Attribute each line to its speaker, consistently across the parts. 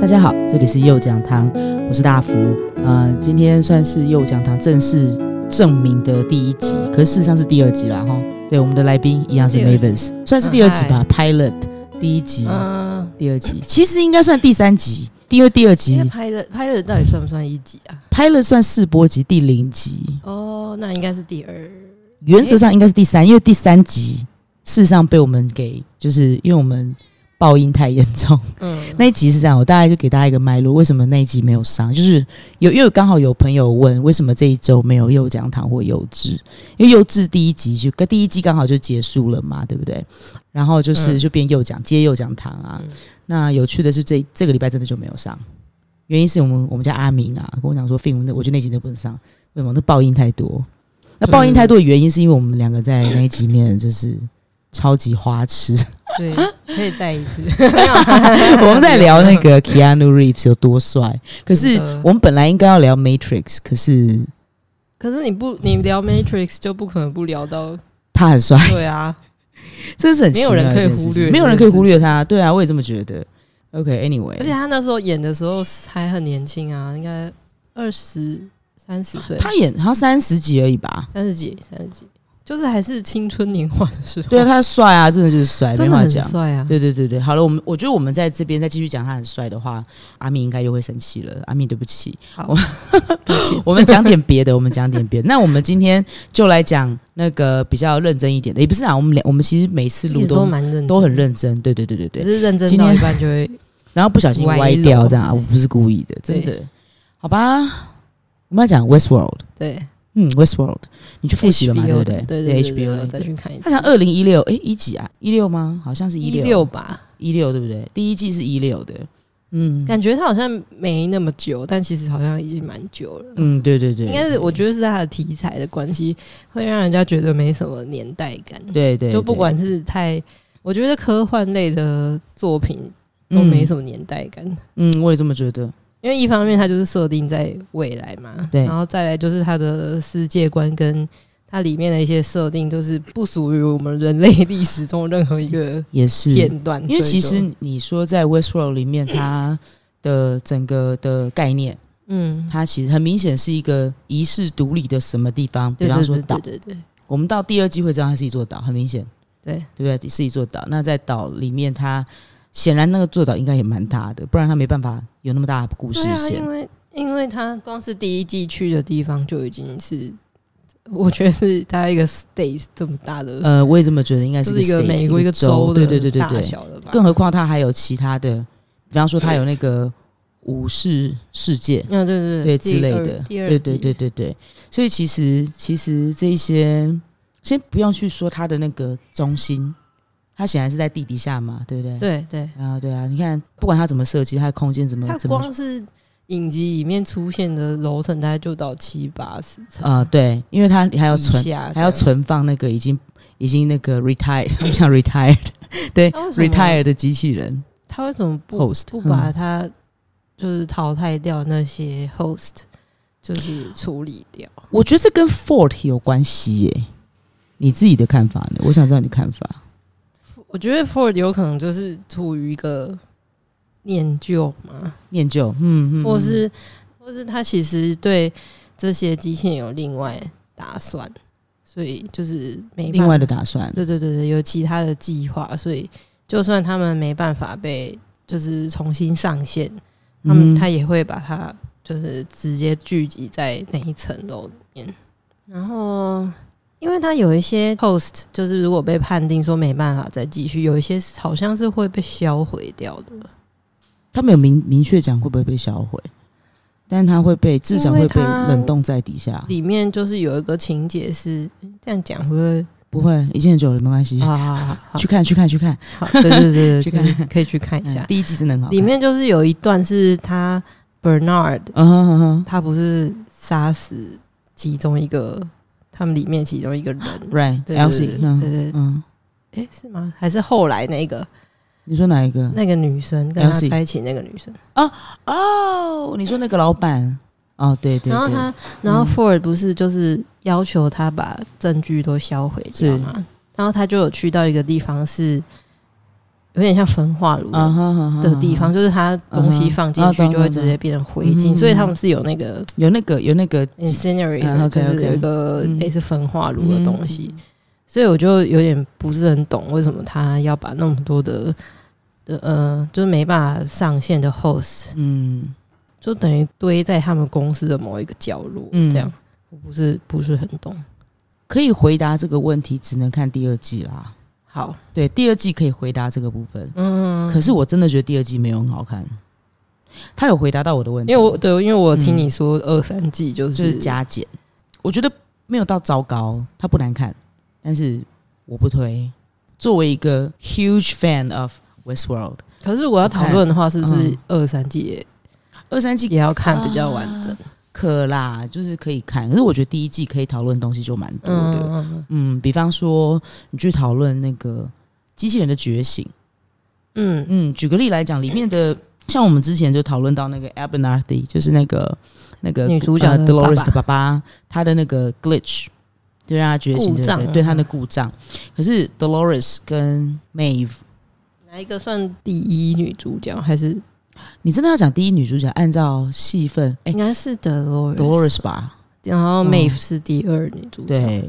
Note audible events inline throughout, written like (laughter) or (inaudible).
Speaker 1: 大家好，这里是右讲堂，我是大福。呃，今天算是右讲堂正式证明的第一集，可是事实上是第二集啦哈。对，我们的来宾一样是
Speaker 2: 第二集
Speaker 1: Mavens，算是第二集吧、p i l o t 第一集、
Speaker 2: 嗯，
Speaker 1: 第二集，其实应该算第三集，因为第二
Speaker 2: 今天
Speaker 1: 集
Speaker 2: 拍的拍的到底算不算一集啊？
Speaker 1: Pilot 算试播集第零集，
Speaker 2: 哦，那应该是第二。
Speaker 1: 原则上应该是第三，因为第三集事实上被我们给就是因为我们爆音太严重。
Speaker 2: 嗯，
Speaker 1: 那一集是这样，我大概就给大家一个脉络，为什么那一集没有上？就是有，因为刚好有朋友问，为什么这一周没有幼讲堂或幼稚？因为幼稚第一集就跟第一季刚好就结束了嘛，对不对？然后就是
Speaker 2: 嗯
Speaker 1: 就变幼讲，接幼讲堂啊。
Speaker 2: 嗯
Speaker 1: 那有趣的是这这个礼拜真的就没有上，原因是我们我们家阿明啊跟我讲说，费用那我觉得那集都不能上，为什么？那爆音太多。那爆音太多的原因是因为我们两个在那一集里面就是超级花痴。
Speaker 3: 对，可以再
Speaker 1: (laughs)
Speaker 3: 一次。
Speaker 1: 啊
Speaker 2: 啊
Speaker 1: 我们在聊那 (laughs) 个 Keanu Reeves 有多帅，可是
Speaker 3: 真的
Speaker 1: 我们本来应该要聊 Matrix，可是
Speaker 2: 可是你不，你聊 Matrix 就不可能不聊到。
Speaker 1: 他很帅，
Speaker 2: 对啊，
Speaker 1: (laughs) 真是很
Speaker 2: 没有人
Speaker 1: 奇妙的
Speaker 2: 可以
Speaker 1: 一件事
Speaker 2: 忽
Speaker 1: 情
Speaker 2: 略
Speaker 1: 没有人
Speaker 2: 这
Speaker 1: 可以
Speaker 2: 件
Speaker 1: 忽略他。对啊，我也这么觉得。OK，Anyway，、
Speaker 2: 而且他那时候演的时候还很年轻啊，应该二十三十岁，
Speaker 1: 他演他三十几而已吧？
Speaker 2: 三十几，三十几，就是还是青春年华的时候。
Speaker 1: 对啊，，他帅啊，真的就是帅，没
Speaker 2: 真的
Speaker 1: 话
Speaker 2: 很
Speaker 1: 讲。
Speaker 2: 帅啊。
Speaker 1: 对对对对，好了，我们我觉得我们在这边再继续讲他很帅的话，阿米应该又会生气了。阿米，对不起，
Speaker 2: 好
Speaker 1: 我我们讲点别的，我们讲点别的。那我们今天就来讲那个比较认真一点的，也不是啊，我们俩我们其实每次
Speaker 2: 一
Speaker 1: 录
Speaker 2: 直都
Speaker 1: 都
Speaker 2: 蛮认真，
Speaker 1: 都很认真，对对对对对
Speaker 2: 只。是认真
Speaker 1: 今
Speaker 2: 到
Speaker 1: 天
Speaker 2: 一半就会
Speaker 1: 然后不小心
Speaker 2: 歪
Speaker 1: 歪
Speaker 2: 楼
Speaker 1: 掉，这样啊，我不是故意的，真的，好吧？我们要讲 Westworld，
Speaker 2: 对
Speaker 1: 嗯，Westworld，你去复习了嘛？对
Speaker 2: HBO
Speaker 1: 不
Speaker 2: 的
Speaker 1: 对？
Speaker 2: 对对对我
Speaker 1: HBO
Speaker 2: 再
Speaker 1: 对
Speaker 2: 去看一
Speaker 1: 他讲
Speaker 2: 次。
Speaker 1: 二零一六，诶，一几啊？一六吗？好像是一
Speaker 2: 一
Speaker 1: 六，
Speaker 2: 六吧，
Speaker 1: 一六对不对？第一季是一六的，嗯
Speaker 2: 感觉他好像没那么久，但其实好像已经蛮久了。
Speaker 1: 嗯，对对对，
Speaker 2: 应该是我觉得是他的题材的关系，会让人家觉得没什么年代感。
Speaker 1: 对对，
Speaker 2: 就不管是太，我觉得科幻类的作品都没
Speaker 1: 么，
Speaker 2: 什么年代感，
Speaker 1: 嗯，我也这么觉得，
Speaker 2: 因为一方面它就是设定在未来嘛，
Speaker 1: 对
Speaker 2: 然后再来就是它的世界观跟它里面的一些设定，就是不属于我们人类历史中任何一个
Speaker 1: 也是，
Speaker 2: 片段。
Speaker 1: 因为
Speaker 2: 所以
Speaker 1: 其
Speaker 2: 就
Speaker 1: 实你说在 Westworld 里面，它的整个的概念，
Speaker 2: 嗯，
Speaker 1: 它其实很明显是一个遗世独立的什么地方，比
Speaker 2: 对
Speaker 1: 方
Speaker 2: 对
Speaker 1: 说
Speaker 2: 对
Speaker 1: 岛
Speaker 2: 对。对对
Speaker 1: 我们到第二季会知道它是一座岛，很明显，
Speaker 2: 对，
Speaker 1: 对不对？是一座岛。那在岛里面，它显然那个座岛应该也蛮大的，不然它没办法有那么大的故事
Speaker 2: 对啊，
Speaker 1: 线。
Speaker 2: 因为因为他光是第一季去的地方就已经是，我觉得是他一个 state 这么大的，
Speaker 1: 呃，我也这么觉得，应该是
Speaker 2: 就是一个
Speaker 1: state，
Speaker 2: 美国
Speaker 1: 一
Speaker 2: 一个
Speaker 1: 州，
Speaker 2: 的
Speaker 1: 对对对对
Speaker 2: 大
Speaker 1: 对。
Speaker 2: 小了吧？
Speaker 1: 更何况它还有其他的，比方说它有那个武士世界，
Speaker 2: 嗯，对对
Speaker 1: 对
Speaker 2: 第
Speaker 1: 之类
Speaker 2: 二
Speaker 1: 的，
Speaker 2: 第二
Speaker 1: 对对
Speaker 2: 季
Speaker 1: 对对对。所以其实其实这一些，先不用去说它的那个中心，它显然是在地底下嘛，对不对？
Speaker 2: 对对，
Speaker 1: 啊，对啊，你看，不管它怎么设计，它的空间怎么
Speaker 2: 他
Speaker 1: 嗯怎么
Speaker 2: 光是影集里面出现的楼层，大概就到七八十层
Speaker 1: 啊、对，因为它还要
Speaker 2: 以
Speaker 1: 存，
Speaker 2: 下
Speaker 1: 还要
Speaker 2: 这样。
Speaker 1: 存放那个已经已经那个 retire，我们 (laughs) 讲 retired，对
Speaker 2: 那为什么
Speaker 1: retire 的机器人
Speaker 2: 他为什么不
Speaker 1: host，
Speaker 2: 不
Speaker 1: 嗯
Speaker 2: 把它就是淘汰掉那些 host，就是处理掉？
Speaker 1: 我觉得这跟 Fort 有关系耶。你自己的看法呢？我想知道你看法。
Speaker 2: 我觉得 Ford 有可能就是处于一个念旧嘛，
Speaker 1: 念旧，嗯嗯，
Speaker 2: 或是或是他其实对这些机器人有另外打算，所以就是没办
Speaker 1: 另外的打算，
Speaker 2: 对对对对有其他的计划，所以就算他们没办法被就是重新上线，他
Speaker 1: 嗯
Speaker 2: 们他也会把它就是直接聚集在那一层楼里面。然后，因为他有一些 host，就是如果被判定说没办法再继续，有一些是好像是会被销毁掉的，
Speaker 1: 他们有明明确讲会不会被销毁，但他会被至少
Speaker 2: 因为
Speaker 1: 会被
Speaker 2: 它
Speaker 1: 冷冻在底下，
Speaker 2: 里面就是有一个情节是嗯这样讲会不会
Speaker 1: 不会，已经很久了，没关系，
Speaker 2: 啊？好好好
Speaker 1: 去看去看去看，
Speaker 2: 好，对对对
Speaker 1: 去
Speaker 2: 对，
Speaker 1: 看
Speaker 2: 就是可以去看一下
Speaker 1: 嗯。第一季真的很好看，
Speaker 2: 里面就是有一段是他 Bernard
Speaker 1: 嗯哼嗯哼
Speaker 2: 他不是杀死其中一个，他们里面其中一个人，
Speaker 1: ，Right
Speaker 2: 对对
Speaker 1: Elsie，
Speaker 2: 对对
Speaker 1: 嗯
Speaker 2: 对，
Speaker 1: 嗯，
Speaker 2: 哎是吗？还是后来那个
Speaker 1: 你说哪一个？
Speaker 2: 那个女生跟他
Speaker 1: Elsie
Speaker 2: 在一起那个女生，
Speaker 1: 哦，你说那个老板，哦，对对，
Speaker 2: 然后
Speaker 1: 对
Speaker 2: 他，然后 Ford 不是就是要求他把证据都销毁掉嘛？然后他就有去到一个地方是，有点像焚化炉
Speaker 1: 啊
Speaker 2: 的
Speaker 1: 哈哈哈
Speaker 2: 的地方，就是它东西放进
Speaker 1: 啊
Speaker 2: 去
Speaker 1: 懂
Speaker 2: 就会
Speaker 1: 懂
Speaker 2: 直
Speaker 1: 懂
Speaker 2: 接变成灰
Speaker 1: 嗯
Speaker 2: 烬，所以他们是有那个
Speaker 1: 有那个有那个
Speaker 2: incinerator，、
Speaker 1: 嗯，OK，
Speaker 2: 就是有
Speaker 1: OK
Speaker 2: 一个
Speaker 1: 嗯
Speaker 2: 类似焚化炉的东西，所以我就有点不是很懂为什么他要把那么多的。呃呃，就是没办法上线的 host，
Speaker 1: 嗯，嗯，
Speaker 2: 就等于堆在他们公司的某一个角落，
Speaker 1: 嗯
Speaker 2: 这样我不是不是很懂。
Speaker 1: 可以回答这个问题，只能看第二季啦。
Speaker 2: 好，
Speaker 1: 对，第二季可以回答这个部分，
Speaker 2: 嗯，
Speaker 1: 可是我真的觉得第二季没有很好看。他有回答到我的问题，
Speaker 2: 因为我对，因为我听你说二三季就、
Speaker 1: 嗯就是是加减，我觉得没有到糟糕，它不难看，但是我不推。作为一个 huge fan of Westworld，
Speaker 2: 可是我要讨论的话，是不是
Speaker 1: 嗯
Speaker 2: 二三季也,、
Speaker 1: 二三季
Speaker 2: 也要看比较完整？
Speaker 1: 啊可啦，就是可以看，可是我觉得第一季可以讨论的东西就蛮多的。
Speaker 2: 嗯
Speaker 1: 嗯，比方说你去讨论那个机器人的觉醒。
Speaker 2: 嗯
Speaker 1: 嗯，举个例来讲，里面的像我们之前就讨论到那个 Abernathy，就是那个那个
Speaker 2: 女主角
Speaker 1: 呃
Speaker 2: 的
Speaker 1: Dolores
Speaker 2: 爸爸
Speaker 1: 的爸爸，他的那个 glitch，就让他觉醒，对不
Speaker 2: 故
Speaker 1: 对
Speaker 2: 障嗯
Speaker 1: 对他的故障。可是 Dolores 跟 Maeve，
Speaker 2: 哪一个算第一女主角？还是
Speaker 1: 你真的要讲第一女主角，按照戏份，哎、
Speaker 2: 应该是 Dolores，,
Speaker 1: Dolores 吧？
Speaker 2: 然后
Speaker 1: 嗯
Speaker 2: Maeve 是第二女主角。
Speaker 1: 对，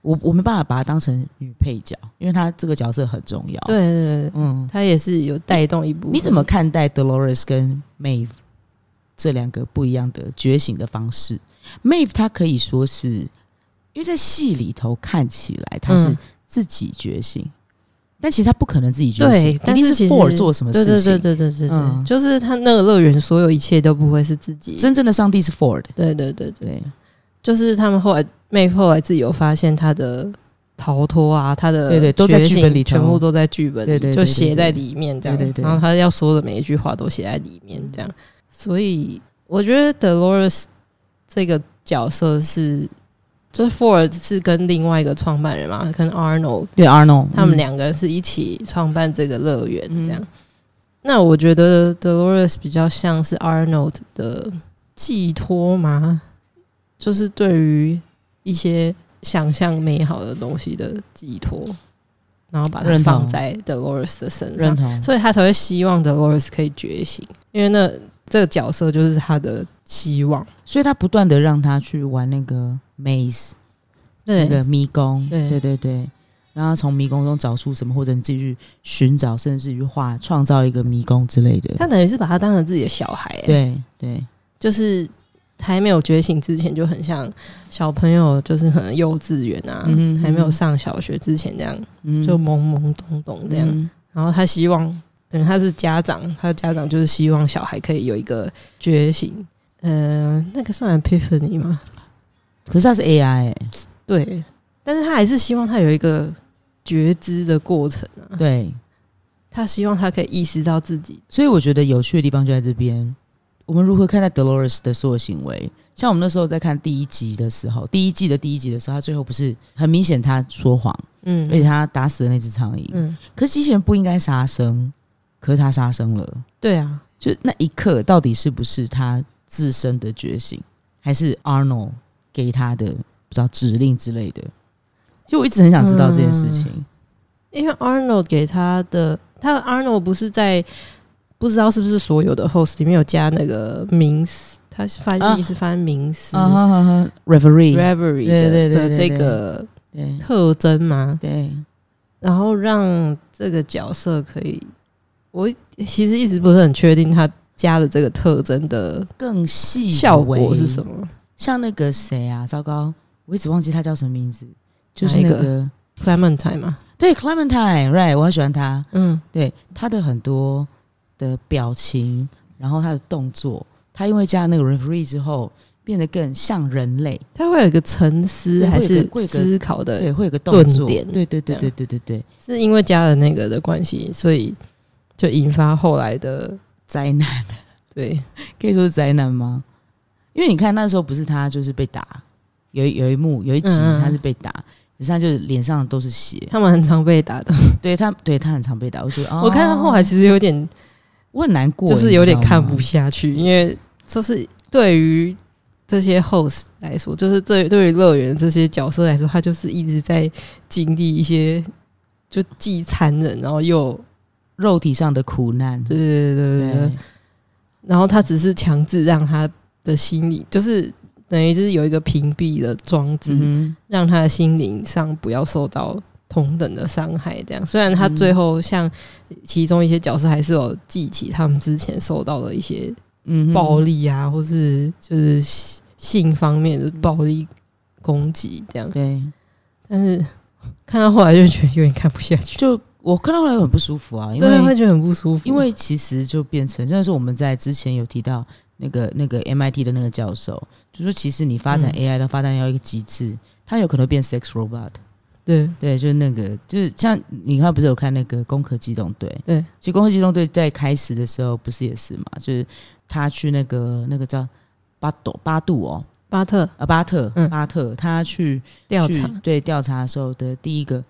Speaker 1: 我我没办法把她当成女配角，因为她这个角色很重要。
Speaker 2: 对，对对，
Speaker 1: 嗯，
Speaker 2: 她也是有带动一部分。
Speaker 1: 你怎么看待 Dolores 跟 Maeve 这两个不一样的觉醒的方式？Maeve 她可以说是，因为在戏里头看起来她是
Speaker 2: 嗯
Speaker 1: 自己觉醒，但其实她不可能自己觉
Speaker 2: 对
Speaker 1: 醒，？一
Speaker 2: 但
Speaker 1: 定是
Speaker 2: 是其
Speaker 1: For
Speaker 2: 实
Speaker 1: 做什么
Speaker 2: 对
Speaker 1: 事
Speaker 2: 对
Speaker 1: 情。
Speaker 2: 对对对对对，
Speaker 1: 嗯
Speaker 2: 就是她那个乐园所有一切都不会是自己。
Speaker 1: 真正的上帝是 Ford，
Speaker 2: 对对对对，
Speaker 1: 对
Speaker 2: 就是他们后来 Maeve 后来自己有发现她的。逃脱啊，她的
Speaker 1: 对对都在
Speaker 2: 觉
Speaker 1: 剧
Speaker 2: 醒
Speaker 1: 本里头
Speaker 2: 全部都在剧本里，
Speaker 1: 对对对
Speaker 2: 就
Speaker 1: 对
Speaker 2: 写
Speaker 1: 对
Speaker 2: 在里面这样。
Speaker 1: 对对对
Speaker 2: 然后她要说的每一句话都写在里面这样，所以我觉得 Dolores 这个角色是，就是 Ford 是跟另外一个创办人嘛，跟 Arnold
Speaker 1: 对 Arnold，
Speaker 2: 他们
Speaker 1: 嗯
Speaker 2: 两个人是一起创办这个乐园
Speaker 1: 嗯
Speaker 2: 这样。那我觉得 Dolores 比较像是 Arnold 的寄托嘛，就是对于一些想象美好的东西的寄托，然后把它
Speaker 1: 认同
Speaker 2: 放在 Dolores 的身上
Speaker 1: 认，同，
Speaker 2: 所以他才会希望 Dolores 可以觉醒，因为那这个角色就是他的希望。
Speaker 1: 所以他不断的让他去玩那个 maze，那个迷宫，
Speaker 2: 对
Speaker 1: 对对对，然后从迷宫中找出什么，或者你自己去寻找，甚至于画创造一个迷宫之类的。
Speaker 2: 他等于是把他当成自己的小孩、欸，
Speaker 1: 对对，
Speaker 2: 就是还没有觉醒之前，就很像小朋友，就是可能幼稚园啊，
Speaker 1: 嗯哼
Speaker 2: 还没有上小学之前这样，
Speaker 1: 嗯
Speaker 2: 就懵懵懂懂这样。
Speaker 1: 嗯
Speaker 2: 然后他希望，等于他是家长，他的家长就是希望小孩可以有一个觉醒，呃，那个算 epiphany 吗？
Speaker 1: 可是它是 AI，、欸、
Speaker 2: 对，但是他还是希望他有一个觉知的过程啊，
Speaker 1: 对，
Speaker 2: 他希望他可以意识到自己，
Speaker 1: 所以我觉得有趣的地方就在这边，我们如何看待 Dolores 的所有行为？像我们那时候在看第一集的时候，第一季的第一集的时候，他最后不是很明显他说谎，
Speaker 2: 嗯
Speaker 1: 而且他打死了那只苍蝇。
Speaker 2: 嗯，
Speaker 1: 可是机器人不应该杀生，可是他杀生了。
Speaker 2: 对啊，
Speaker 1: 就那一刻，到底是不是他自身的觉醒，还是 Arnold 给他的不知道指令之类的？就我一直很想知道这件事情。
Speaker 2: 因为 Arnold 给他的，他的 Arnold 不是在不知道是不是所有的 host 里面有加那个名词，他是翻
Speaker 1: 啊
Speaker 2: 译是翻名词、
Speaker 1: 啊哈哈哈 r e v e r i e
Speaker 2: reverie
Speaker 1: 对对对
Speaker 2: 的
Speaker 1: 对
Speaker 2: 的
Speaker 1: 对
Speaker 2: 这个
Speaker 1: 对
Speaker 2: 特征嘛，
Speaker 1: 对，
Speaker 2: 然后让这个角色可以，我其实一直不是很确定他加的这个特征的
Speaker 1: 更细微
Speaker 2: 效果是什？么。
Speaker 1: 像那个谁啊，糟糕，我一直忘记他叫什么名字，就是那
Speaker 2: 哪一
Speaker 1: 个
Speaker 2: Clementine 嘛，
Speaker 1: 对 Clementine，right，我很喜欢他，
Speaker 2: 嗯，
Speaker 1: 对他的很多的表情，然后他的动作，他因为加那个 referee 之后，变得更像人类。
Speaker 2: 他会有一个沉思
Speaker 1: 对
Speaker 2: 还
Speaker 1: 会有一
Speaker 2: 是
Speaker 1: 个会有一个
Speaker 2: 思考的，
Speaker 1: 对，会有个动作，
Speaker 2: 顿点啊
Speaker 1: 对对对
Speaker 2: 这
Speaker 1: 对对对对，
Speaker 2: 是因为加了那个的关系，所以就引发后来的
Speaker 1: 灾难
Speaker 2: 对，
Speaker 1: 可以说是灾难吗？因为你看那时候不是他就是被打，有一有一幕有一集
Speaker 2: 嗯嗯
Speaker 1: 他是被打，可是他就是脸上都是血，
Speaker 2: 他们很常被打的。
Speaker 1: 对他对他很常被打，我觉得、哦、
Speaker 2: (laughs) 我看到后来其实有点，
Speaker 1: 我很难过，
Speaker 2: 就是有点
Speaker 1: 你知道
Speaker 2: 看
Speaker 1: 吗
Speaker 2: 不下去，因为就是对于这些 host 来说，就是对对于乐园这些角色来说，他就是一直在经历一些就既残忍，然后又
Speaker 1: 肉体上的苦难，
Speaker 2: 对对对对对。然后他只是强制让他的心理，就是等于就是有一个屏蔽的装置，
Speaker 1: 嗯
Speaker 2: 让他的心灵上不要受到同等的伤害。这样，虽然他最后像其中一些角色还是有记起他们之前受到的一些
Speaker 1: 嗯
Speaker 2: 暴力啊，或是就是性方面的暴力攻击这样，
Speaker 1: 对，
Speaker 2: 但是看到后来就觉得有点看不下去，
Speaker 1: 就我看到后来很不舒服啊，因
Speaker 2: 对，会
Speaker 1: 为
Speaker 2: 觉得很不舒服。
Speaker 1: 因为其实就变成，像是我们在之前有提到那个那个 MIT 的那个教授，就说其实你发展
Speaker 2: 嗯
Speaker 1: AI 的发展要一个极致，它有可能变 sex robot。
Speaker 2: 对
Speaker 1: 对，就是那个，就是像你看，不是有看那个《攻壳机动队》？
Speaker 2: 对，
Speaker 1: 其实《攻壳机动队》在开始的时候不是也是嘛？就是他去那个那个叫巴斗巴杜哦，
Speaker 2: 巴特
Speaker 1: 呃巴特、
Speaker 2: 嗯
Speaker 1: 巴特，他去
Speaker 2: 调查
Speaker 1: 去，对调查的时候的第一个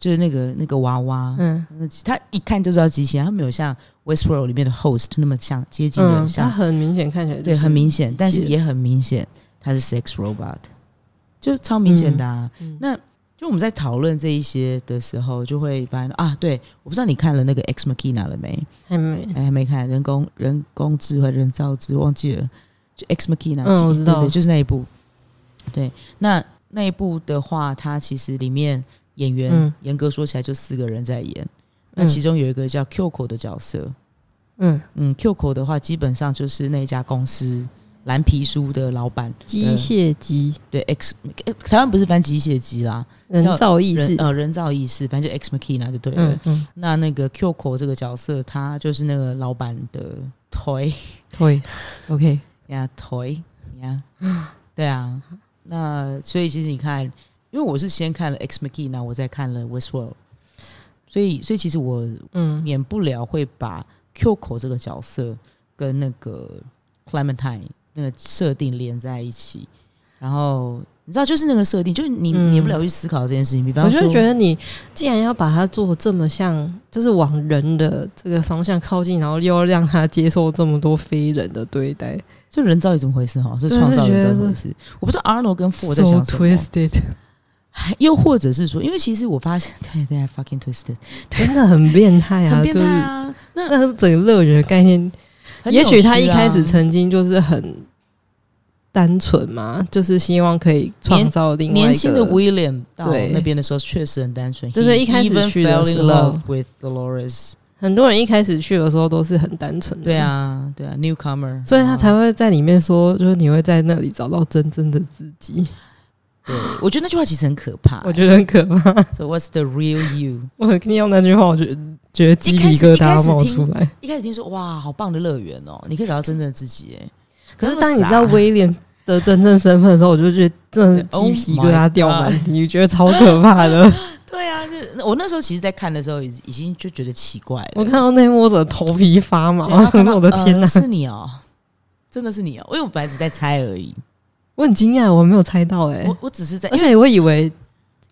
Speaker 1: 就是那个那个娃娃，
Speaker 2: 嗯
Speaker 1: 那他一看就知道机器人，他没有像 Westworld 里面的 host 那么像接近的
Speaker 2: 嗯，
Speaker 1: 像
Speaker 2: 他很明显看起来就
Speaker 1: 对，
Speaker 2: 是
Speaker 1: 很明显，但是
Speaker 2: 机器
Speaker 1: 也很明显，它是 sex robot，就是超明显的啊。
Speaker 2: 嗯嗯
Speaker 1: 那就我们在讨论这一些的时候，就会发现啊，对，我不知道你看了那个 Ex Machina 了
Speaker 2: (laughs)
Speaker 1: 没？
Speaker 2: 还没
Speaker 1: 哎，还没看，人工人工智慧、人造智，忘记了，就 Ex Machina，
Speaker 2: 嗯我知道
Speaker 1: 对对，就是那一部。对，那那一部的话，它其实里面演员、
Speaker 2: 嗯
Speaker 1: 严格说起来就四个人在演，那
Speaker 2: 嗯
Speaker 1: 其中有一个叫 Qco 的角色，
Speaker 2: 嗯，
Speaker 1: 嗯，Qco 的话，基本上就是那家公司蓝皮书的老板，
Speaker 2: 机械机、
Speaker 1: 对 X，呃台湾不是翻机械机啦，
Speaker 2: 人造意
Speaker 1: 人
Speaker 2: 识，
Speaker 1: 呃人造意识，反正就 X Machina 就对了。
Speaker 2: 嗯嗯，
Speaker 1: 那那个 Qco 这个角色，他就是那个老板的 toy
Speaker 2: 对，OK，
Speaker 1: (laughs) 呀 toy 呀，对啊。那所以其实你看，因为我是先看了 X Machina，我再看了 Westworld，所以所以其实我
Speaker 2: 嗯
Speaker 1: 免不了会把 Qco 这个角色跟那个 Clementine 那个设定连在一起，然后你知道，就是那个设定，就是你
Speaker 2: 嗯
Speaker 1: 免不了去思考这件事情。比
Speaker 2: 我
Speaker 1: 方
Speaker 2: 就
Speaker 1: 说，
Speaker 2: 会觉得你既然要把它做这么像，就是往人的这个方向靠近，然后又要让他接受这么多非人的对待，
Speaker 1: 就人造底怎么回事哈？是
Speaker 2: 对
Speaker 1: 创造
Speaker 2: 就觉
Speaker 1: 人
Speaker 2: 得
Speaker 1: 怎么回事？我不知道 Arnold 跟 Ford 在
Speaker 2: So
Speaker 1: 想什么，
Speaker 2: twisted，
Speaker 1: 又或者是说，因为其实我发现， (laughs) 对对，fucking twisted，
Speaker 2: (laughs) 真的很变态
Speaker 1: 很
Speaker 2: 啊，
Speaker 1: 变
Speaker 2: 就
Speaker 1: 态
Speaker 2: 是
Speaker 1: 啊。那
Speaker 2: 那整个乐园的概念，
Speaker 1: 很
Speaker 2: 也
Speaker 1: 扭
Speaker 2: 许他
Speaker 1: 曲
Speaker 2: 一
Speaker 1: 啊
Speaker 2: 开始曾经就是很。单纯嘛，就是希望可以创造另外一个
Speaker 1: 年轻的 William 到
Speaker 2: 对
Speaker 1: 那边的时候确实很单纯，
Speaker 2: 就是
Speaker 1: He
Speaker 2: 一开始
Speaker 1: even
Speaker 2: 去
Speaker 1: fell
Speaker 2: 的时
Speaker 1: in
Speaker 2: 候
Speaker 1: love with Dolores。
Speaker 2: 很多人一开始去的时候都是很单纯的，
Speaker 1: 对啊，对啊，newcomer，
Speaker 2: 嗯所以他才
Speaker 1: 啊
Speaker 2: 会在里面说，就是你会在那里找到真正的自己。
Speaker 1: 对。我觉得那句话其实很可怕。欸
Speaker 2: 我觉得很可怕。
Speaker 1: So what's the real you？
Speaker 2: 我听到那句话，我觉得觉得鸡皮疙瘩冒出来。
Speaker 1: 一开始听说哇，好棒的乐园哦，你可以找到真正的自己哎。可
Speaker 2: 可是
Speaker 1: 是
Speaker 2: 当你知道
Speaker 1: 那么傻
Speaker 2: 威廉的真正身份的时候，我就觉得真的鸡皮疙瘩掉满地，觉得超可怕 (laughs) 的。
Speaker 1: 对啊，就我那时候其实，在看的时候已已经就觉得奇怪了。
Speaker 2: 我看到那一幕，我整个头皮发麻，
Speaker 1: 对然后看到
Speaker 2: (laughs) 我想说我的天哪
Speaker 1: 呃！是你哦，真的是你哦，因为我本来只在猜而已，
Speaker 2: 我很惊讶，我没有猜到哎，
Speaker 1: 我我只是在，嗯
Speaker 2: 而
Speaker 1: 因为
Speaker 2: 且我以为。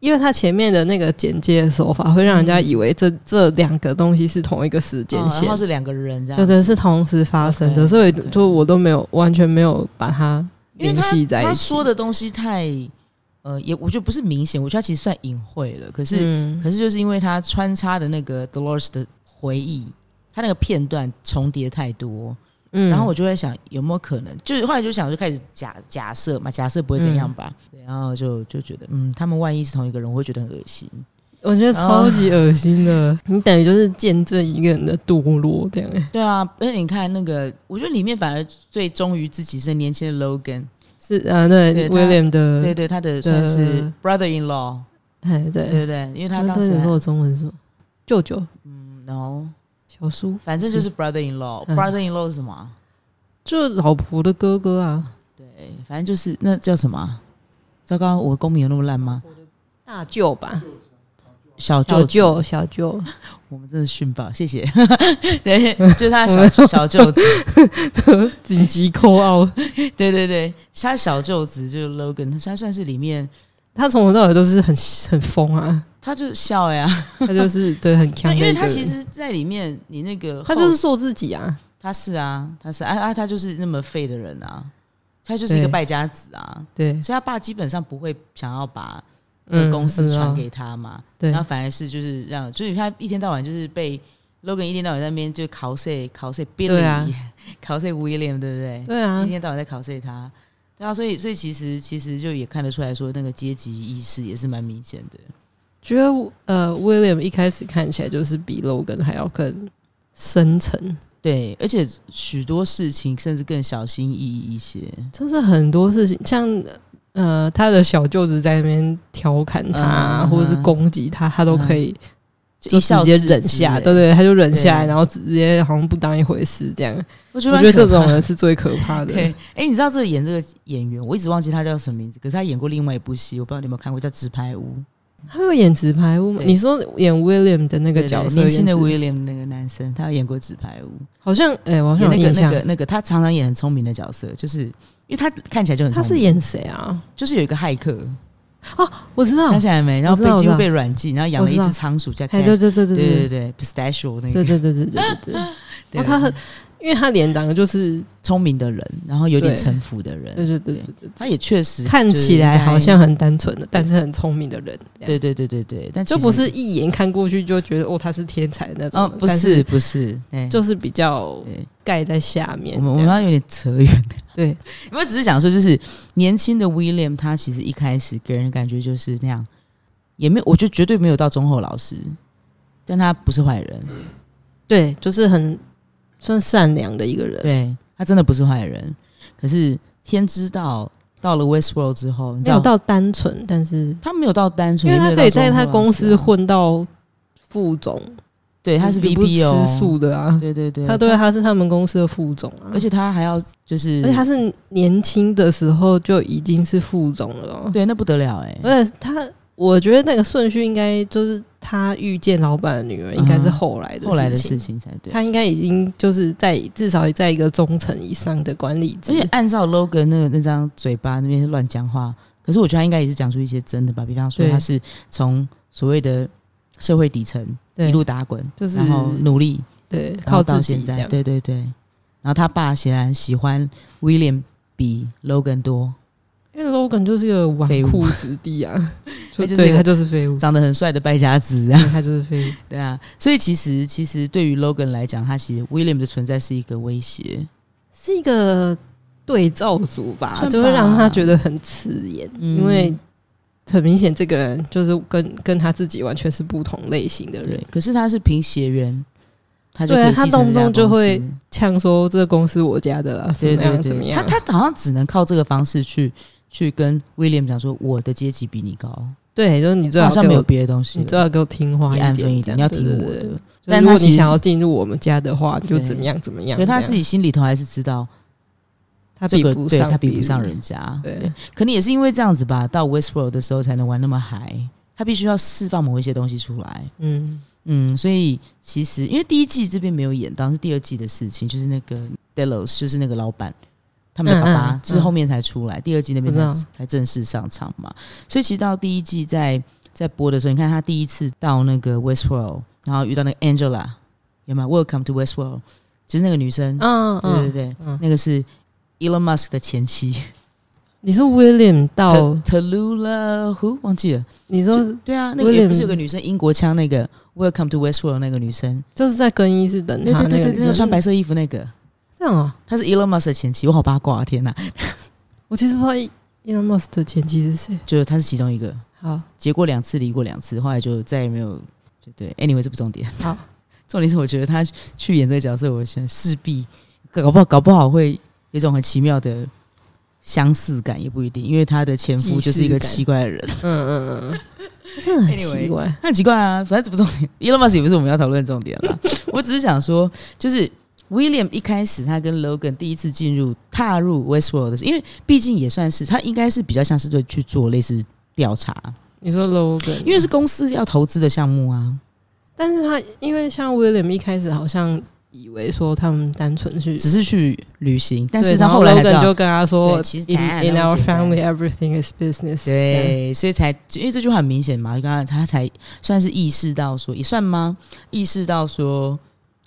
Speaker 2: 因为他前面的那个简介的手法，会让人家以为这、这两个东西是同一个时间
Speaker 1: 嗯
Speaker 2: 线
Speaker 1: 然，后是两个人这样
Speaker 2: 对啊
Speaker 1: 子，
Speaker 2: 对，是同时发生的
Speaker 1: OK，
Speaker 2: 所以
Speaker 1: OK
Speaker 2: 就我都没有完全没有把它
Speaker 1: 因为
Speaker 2: 联
Speaker 1: 他
Speaker 2: 系在
Speaker 1: 他
Speaker 2: 一起。
Speaker 1: 说的东西太呃，也我觉得不是明显，我觉得他其实算隐晦了，可是。
Speaker 2: 嗯
Speaker 1: 可是就是因为他穿插的那个 Dolores 的回忆，他那个片段重叠太多，
Speaker 2: 嗯
Speaker 1: 然后我就在想有没有可能，就是后来就想就开始假假设嘛，假设不会怎样吧，对然后就就觉得嗯，他们万一是同一个人，我会觉得很恶心。
Speaker 2: 我觉得超级恶心的，哦你等于就是见证一个人的堕落这样。欸
Speaker 1: 对啊，而且你看那个，我觉得里面反而最忠于自己是年轻的 Logan，、
Speaker 2: 是啊，对
Speaker 1: 对他
Speaker 2: ，William 的，
Speaker 1: 对对，他的算是 brother in law，
Speaker 2: 哎对
Speaker 1: 对对对，因为他当
Speaker 2: 对
Speaker 1: 时
Speaker 2: 你
Speaker 1: 还
Speaker 2: 说我中文说舅舅
Speaker 1: 嗯，no，
Speaker 2: 小叔，
Speaker 1: 反正就是 brother in law，brother、in law 是什么啊？
Speaker 2: 就老婆的哥哥啊，
Speaker 1: 对，反正就是那叫什么啊？糟糕，我公民有那么烂吗？
Speaker 2: 大舅吧，
Speaker 1: 小舅
Speaker 2: 小
Speaker 1: 子，
Speaker 2: 哦舅小舅，
Speaker 1: 我们真的殉爆，谢谢。对，就是他的小小舅
Speaker 2: (laughs)
Speaker 1: 子，
Speaker 2: (laughs) 紧急扣奥，
Speaker 1: 对对对，他的小舅子就是 Logan，他算是里面，
Speaker 2: 他从头到尾都是很很疯啊，
Speaker 1: 他就笑
Speaker 2: (laughs)
Speaker 1: 呀、
Speaker 2: 他就是对很强
Speaker 1: 那
Speaker 2: 的
Speaker 1: 因为
Speaker 2: 一个人，
Speaker 1: 他其实在里面，你那个
Speaker 2: 他就是
Speaker 1: host，
Speaker 2: 做自己啊，
Speaker 1: 他是啊，他是啊啊，他就是那么废的人啊，他就是一个
Speaker 2: 对
Speaker 1: 败家子啊，
Speaker 2: 对，
Speaker 1: 所以他爸基本上不会想要把那个公
Speaker 2: 我
Speaker 1: 司
Speaker 2: 知道
Speaker 1: 传给他嘛，
Speaker 2: 嗯啊对
Speaker 1: 然后反而是就是让，就是他一天到晚就是被 Logan 一天到晚在那边就 cos cos
Speaker 2: 对啊
Speaker 1: (laughs) Billy，cos William，对不对？
Speaker 2: 对啊
Speaker 1: 一，天到晚在 cos 他，对啊，所以所以其实其实就也看得出来说，那个阶级意识也是蛮明显的。
Speaker 2: 觉得呃，William 一开始看起来就是比 Logan 还要更深沉，
Speaker 1: 对，而且许多事情甚至更小心翼翼一些。
Speaker 2: 就是很多事情，像呃，他的小舅子在那边调侃他，
Speaker 1: 嗯
Speaker 2: 或者是攻击他，他都可以
Speaker 1: 啊就一
Speaker 2: 直
Speaker 1: 笑
Speaker 2: 接
Speaker 1: 置
Speaker 2: 忍
Speaker 1: 之
Speaker 2: 下，
Speaker 1: 欸
Speaker 2: 对对，他就忍下来，
Speaker 1: 对
Speaker 2: 然后直接好像不当一回事这样。
Speaker 1: 我觉
Speaker 2: 我
Speaker 1: 得
Speaker 2: 觉
Speaker 1: 蛮可
Speaker 2: 得这
Speaker 1: 怕
Speaker 2: 种人是最可怕
Speaker 1: (laughs)
Speaker 2: 的。
Speaker 1: 对，哎、你知道这个演这个演员，我一直忘记他叫什么名字，可是他演过另外一部戏，我不知道你有没有看过，叫《纸牌屋》
Speaker 2: 他有演直排屋吗？
Speaker 1: 对
Speaker 2: 你说演 William 的那
Speaker 1: 那
Speaker 2: 个角色，
Speaker 1: 年轻的
Speaker 2: 演直
Speaker 1: William 那个男生，他有演过《纸牌屋》，
Speaker 2: 好像哎、我
Speaker 1: 演
Speaker 2: 好像
Speaker 1: 那
Speaker 2: 有
Speaker 1: 个
Speaker 2: 印
Speaker 1: 那
Speaker 2: 象
Speaker 1: 个，那个，他常常演很聪明的角色，就是因为他看起来就很聪
Speaker 2: 他
Speaker 1: 明，
Speaker 2: 是演谁啊？
Speaker 1: 就是有一个骇客，
Speaker 2: 我知道
Speaker 1: 想，起来没？然后
Speaker 2: 哦我知
Speaker 1: 被
Speaker 2: 道
Speaker 1: 几乎
Speaker 2: 我知道
Speaker 1: 被软禁，然后养了一
Speaker 2: 我
Speaker 1: 只
Speaker 2: 知道
Speaker 1: 仓鼠叫 Cat，
Speaker 2: 哎，对对对对
Speaker 1: 对对
Speaker 2: 对
Speaker 1: 对，Pistachio 那个，
Speaker 2: 对对对对对对 (laughs) 对。啊
Speaker 1: 对
Speaker 2: 然后他很，因为他连长就是，
Speaker 1: 聪明的人，然后有点
Speaker 2: 对
Speaker 1: 城府的人，
Speaker 2: 对对对对对，
Speaker 1: 他也确实
Speaker 2: 看起来
Speaker 1: 就
Speaker 2: 好
Speaker 1: 是应
Speaker 2: 像很单纯的，但是很聪明的人，
Speaker 1: 该对对对对对，但
Speaker 2: 就
Speaker 1: 其实
Speaker 2: 不是一眼看过去就觉得哦他是天才的那种
Speaker 1: 哦，
Speaker 2: 人，
Speaker 1: 不
Speaker 2: 但
Speaker 1: 是不是，对
Speaker 2: 就是比较
Speaker 1: 对
Speaker 2: 盖在下面
Speaker 1: 我们我
Speaker 2: 这
Speaker 1: 们
Speaker 2: 样。
Speaker 1: 要有点扯远，
Speaker 2: (laughs) 对，
Speaker 1: 我只是想说，就是年轻的 William，他其实一开始给人的感觉就是那样，也没有，我觉得绝对没有到忠厚老实，但他不是坏人，
Speaker 2: 对，就是很算善良的一个人。
Speaker 1: 对他真的不是坏人。可是天知道，到了 Westworld 之后，你知
Speaker 2: 没有
Speaker 1: 道
Speaker 2: 到单纯，但是
Speaker 1: 他没有到单纯，
Speaker 2: 因为他
Speaker 1: 也没有
Speaker 2: 可以
Speaker 1: 到
Speaker 2: 在
Speaker 1: 忠厚
Speaker 2: 他
Speaker 1: 老
Speaker 2: 公
Speaker 1: 实
Speaker 2: 司
Speaker 1: 啊，
Speaker 2: 混到副总，
Speaker 1: 对，他是
Speaker 2: 也不
Speaker 1: VP 哦，
Speaker 2: 吃素的啊，
Speaker 1: 对对对，
Speaker 2: 他对他是他们公司的副总啊，
Speaker 1: 而且他还要就是，
Speaker 2: 而且他是年轻的时候就已经是副总了哦、
Speaker 1: 对那不得了哎、
Speaker 2: 而且他，我觉得那个顺序应该就是他遇见老板的女儿，应该是后来的事情
Speaker 1: 后来的事。情才对。
Speaker 2: 他应该已经就是在至少在一个中层以上的管理
Speaker 1: 而
Speaker 2: 职
Speaker 1: 且，按照 Logan 那个那张嘴巴那边是乱讲话，可是我觉得他应该也是讲出一些真的吧，比方说
Speaker 2: 对
Speaker 1: 他是从所谓的社会底层
Speaker 2: 对
Speaker 1: 一路打滚，
Speaker 2: 就是
Speaker 1: 然后努力，
Speaker 2: 对
Speaker 1: 然后
Speaker 2: 靠
Speaker 1: 到
Speaker 2: 自
Speaker 1: 现
Speaker 2: 己这
Speaker 1: 在，
Speaker 2: 样。
Speaker 1: 对对对。然后他爸显然喜欢 William 比 Logan 多，
Speaker 2: 因为 Logan 就是个纨
Speaker 1: 废物
Speaker 2: 绔子弟啊，就
Speaker 1: (laughs) 他就是一
Speaker 2: 对
Speaker 1: 个
Speaker 2: 他就是废物，
Speaker 1: 长得很帅的败家子啊， (laughs)
Speaker 2: 对他就是废物。
Speaker 1: 对啊。所以其实其实对于 Logan 来讲，他其实 William 的存在是一个威胁，
Speaker 2: 是一个对照组吧，
Speaker 1: 算吧
Speaker 2: 就会让他觉得很刺眼，
Speaker 1: 嗯
Speaker 2: 因为很明显这个人就是跟跟他自己完全是不同类型的人
Speaker 1: 对。。可是他是凭血缘，他就
Speaker 2: 对
Speaker 1: 可
Speaker 2: 啊
Speaker 1: 以
Speaker 2: 他
Speaker 1: 继承
Speaker 2: 动不
Speaker 1: 这家
Speaker 2: 动就
Speaker 1: 公司
Speaker 2: 会呛说这个公司我家的啊，怎
Speaker 1: 对
Speaker 2: 么
Speaker 1: 对
Speaker 2: 样怎么
Speaker 1: 对，
Speaker 2: 样
Speaker 1: 他？他好像只能靠这个方式去去跟 William 讲说，我的阶级比你高，
Speaker 2: 对，就是你最
Speaker 1: 好
Speaker 2: 好
Speaker 1: 像
Speaker 2: 给
Speaker 1: 没有
Speaker 2: 我，
Speaker 1: 别的东西
Speaker 2: 你最
Speaker 1: 了，
Speaker 2: 好给我听话
Speaker 1: 你
Speaker 2: 一
Speaker 1: 安分
Speaker 2: 点，
Speaker 1: 一
Speaker 2: 这
Speaker 1: 点，
Speaker 2: 样
Speaker 1: 你要听。
Speaker 2: 对
Speaker 1: 我
Speaker 2: 对对
Speaker 1: 的。
Speaker 2: 就
Speaker 1: 但
Speaker 2: 如
Speaker 1: 他
Speaker 2: 果
Speaker 1: 其
Speaker 2: 你
Speaker 1: 实
Speaker 2: 想要进入我们家的话，你就
Speaker 1: 对
Speaker 2: 怎么样怎么样。
Speaker 1: 对，他
Speaker 2: 这
Speaker 1: 自
Speaker 2: 样
Speaker 1: 己心里头还是知道
Speaker 2: 他
Speaker 1: 这
Speaker 2: 比
Speaker 1: 个，
Speaker 2: 不
Speaker 1: 对
Speaker 2: 上，
Speaker 1: 他比不上。人家。
Speaker 2: 对，
Speaker 1: 可能也是因为这样子吧，到 Westworld 的时候才能玩那么嗨，他必须要释放某一些东西出来。
Speaker 2: 嗯，
Speaker 1: 嗯，所以其实因为第一季这边没有演到，是第二季的事情，就是那个 Delos，就是那个老板，他们的爸爸，
Speaker 2: 嗯嗯
Speaker 1: 就是后面才出来，第二季那边
Speaker 2: 我知
Speaker 1: 才
Speaker 2: 道
Speaker 1: 才正式上场嘛。所以其实到第一季在在播的时候，你看他第一次到那个 Westworld，然后遇到那个 Angela，有没有？Welcome to Westworld，就是那个女生，
Speaker 2: 嗯
Speaker 1: 对对
Speaker 2: 嗯，
Speaker 1: 对，
Speaker 2: 嗯
Speaker 1: 那个是 Elon Musk 的前妻
Speaker 2: 你说 William (laughs) 到
Speaker 1: t a l u l a Who 忘记了，
Speaker 2: 你说
Speaker 1: 对啊，那个也
Speaker 2: William
Speaker 1: 不是有个女生英国腔那个 Welcome to Westworld 那个女生。
Speaker 2: 就是在更衣室等
Speaker 1: 对
Speaker 2: 他
Speaker 1: 对对对，那
Speaker 2: 女
Speaker 1: 个
Speaker 2: 生
Speaker 1: 穿白色衣服那个，
Speaker 2: 这样啊？
Speaker 1: 她是 Elon Musk 的前妻，我好八卦、啊，天哪！
Speaker 2: 我其实不知道 Elon Musk 的前妻是谁。
Speaker 1: 就是她是其中一个，
Speaker 2: 好，
Speaker 1: 结过两次，离过两次，后来就再也没有，就对，anyway 这不重点。
Speaker 2: 好，
Speaker 1: (laughs) 重点是我觉得她去演这个角色，我觉得势必搞不好搞不好会有一种很奇妙的相似感，也不一定，因为她的前夫就是一个
Speaker 2: 既视感
Speaker 1: 奇怪的人，
Speaker 2: 嗯嗯嗯
Speaker 1: (laughs)
Speaker 2: 嗯，真的很奇怪。
Speaker 1: 那很奇怪啊，反正这不重点，Elon Musk 也不是我们要讨论的重点啦。 (laughs) 我只是想说，就是 William 一开始他跟 Logan 第一次进入踏入 Westworld 的时候，因为毕竟也算是他应该是比较像是对去做类似调查，
Speaker 2: 你说 Logan，
Speaker 1: 因为是公司要投资的项目啊，
Speaker 2: 但是他因为像 William 一开始好像以为说他们单纯去，
Speaker 1: 只是去旅行，但事
Speaker 2: 对
Speaker 1: 实
Speaker 2: 然
Speaker 1: 上
Speaker 2: 后
Speaker 1: 后来才知
Speaker 2: Logan
Speaker 1: 道
Speaker 2: 就。跟他说
Speaker 1: 对其实
Speaker 2: in
Speaker 1: 答案
Speaker 2: in
Speaker 1: 那么
Speaker 2: our
Speaker 1: 简单
Speaker 2: family everything is business。，
Speaker 1: 对，所以才就因为这句话很明显嘛，就刚才他才算是意识到说，也算吗？意识到说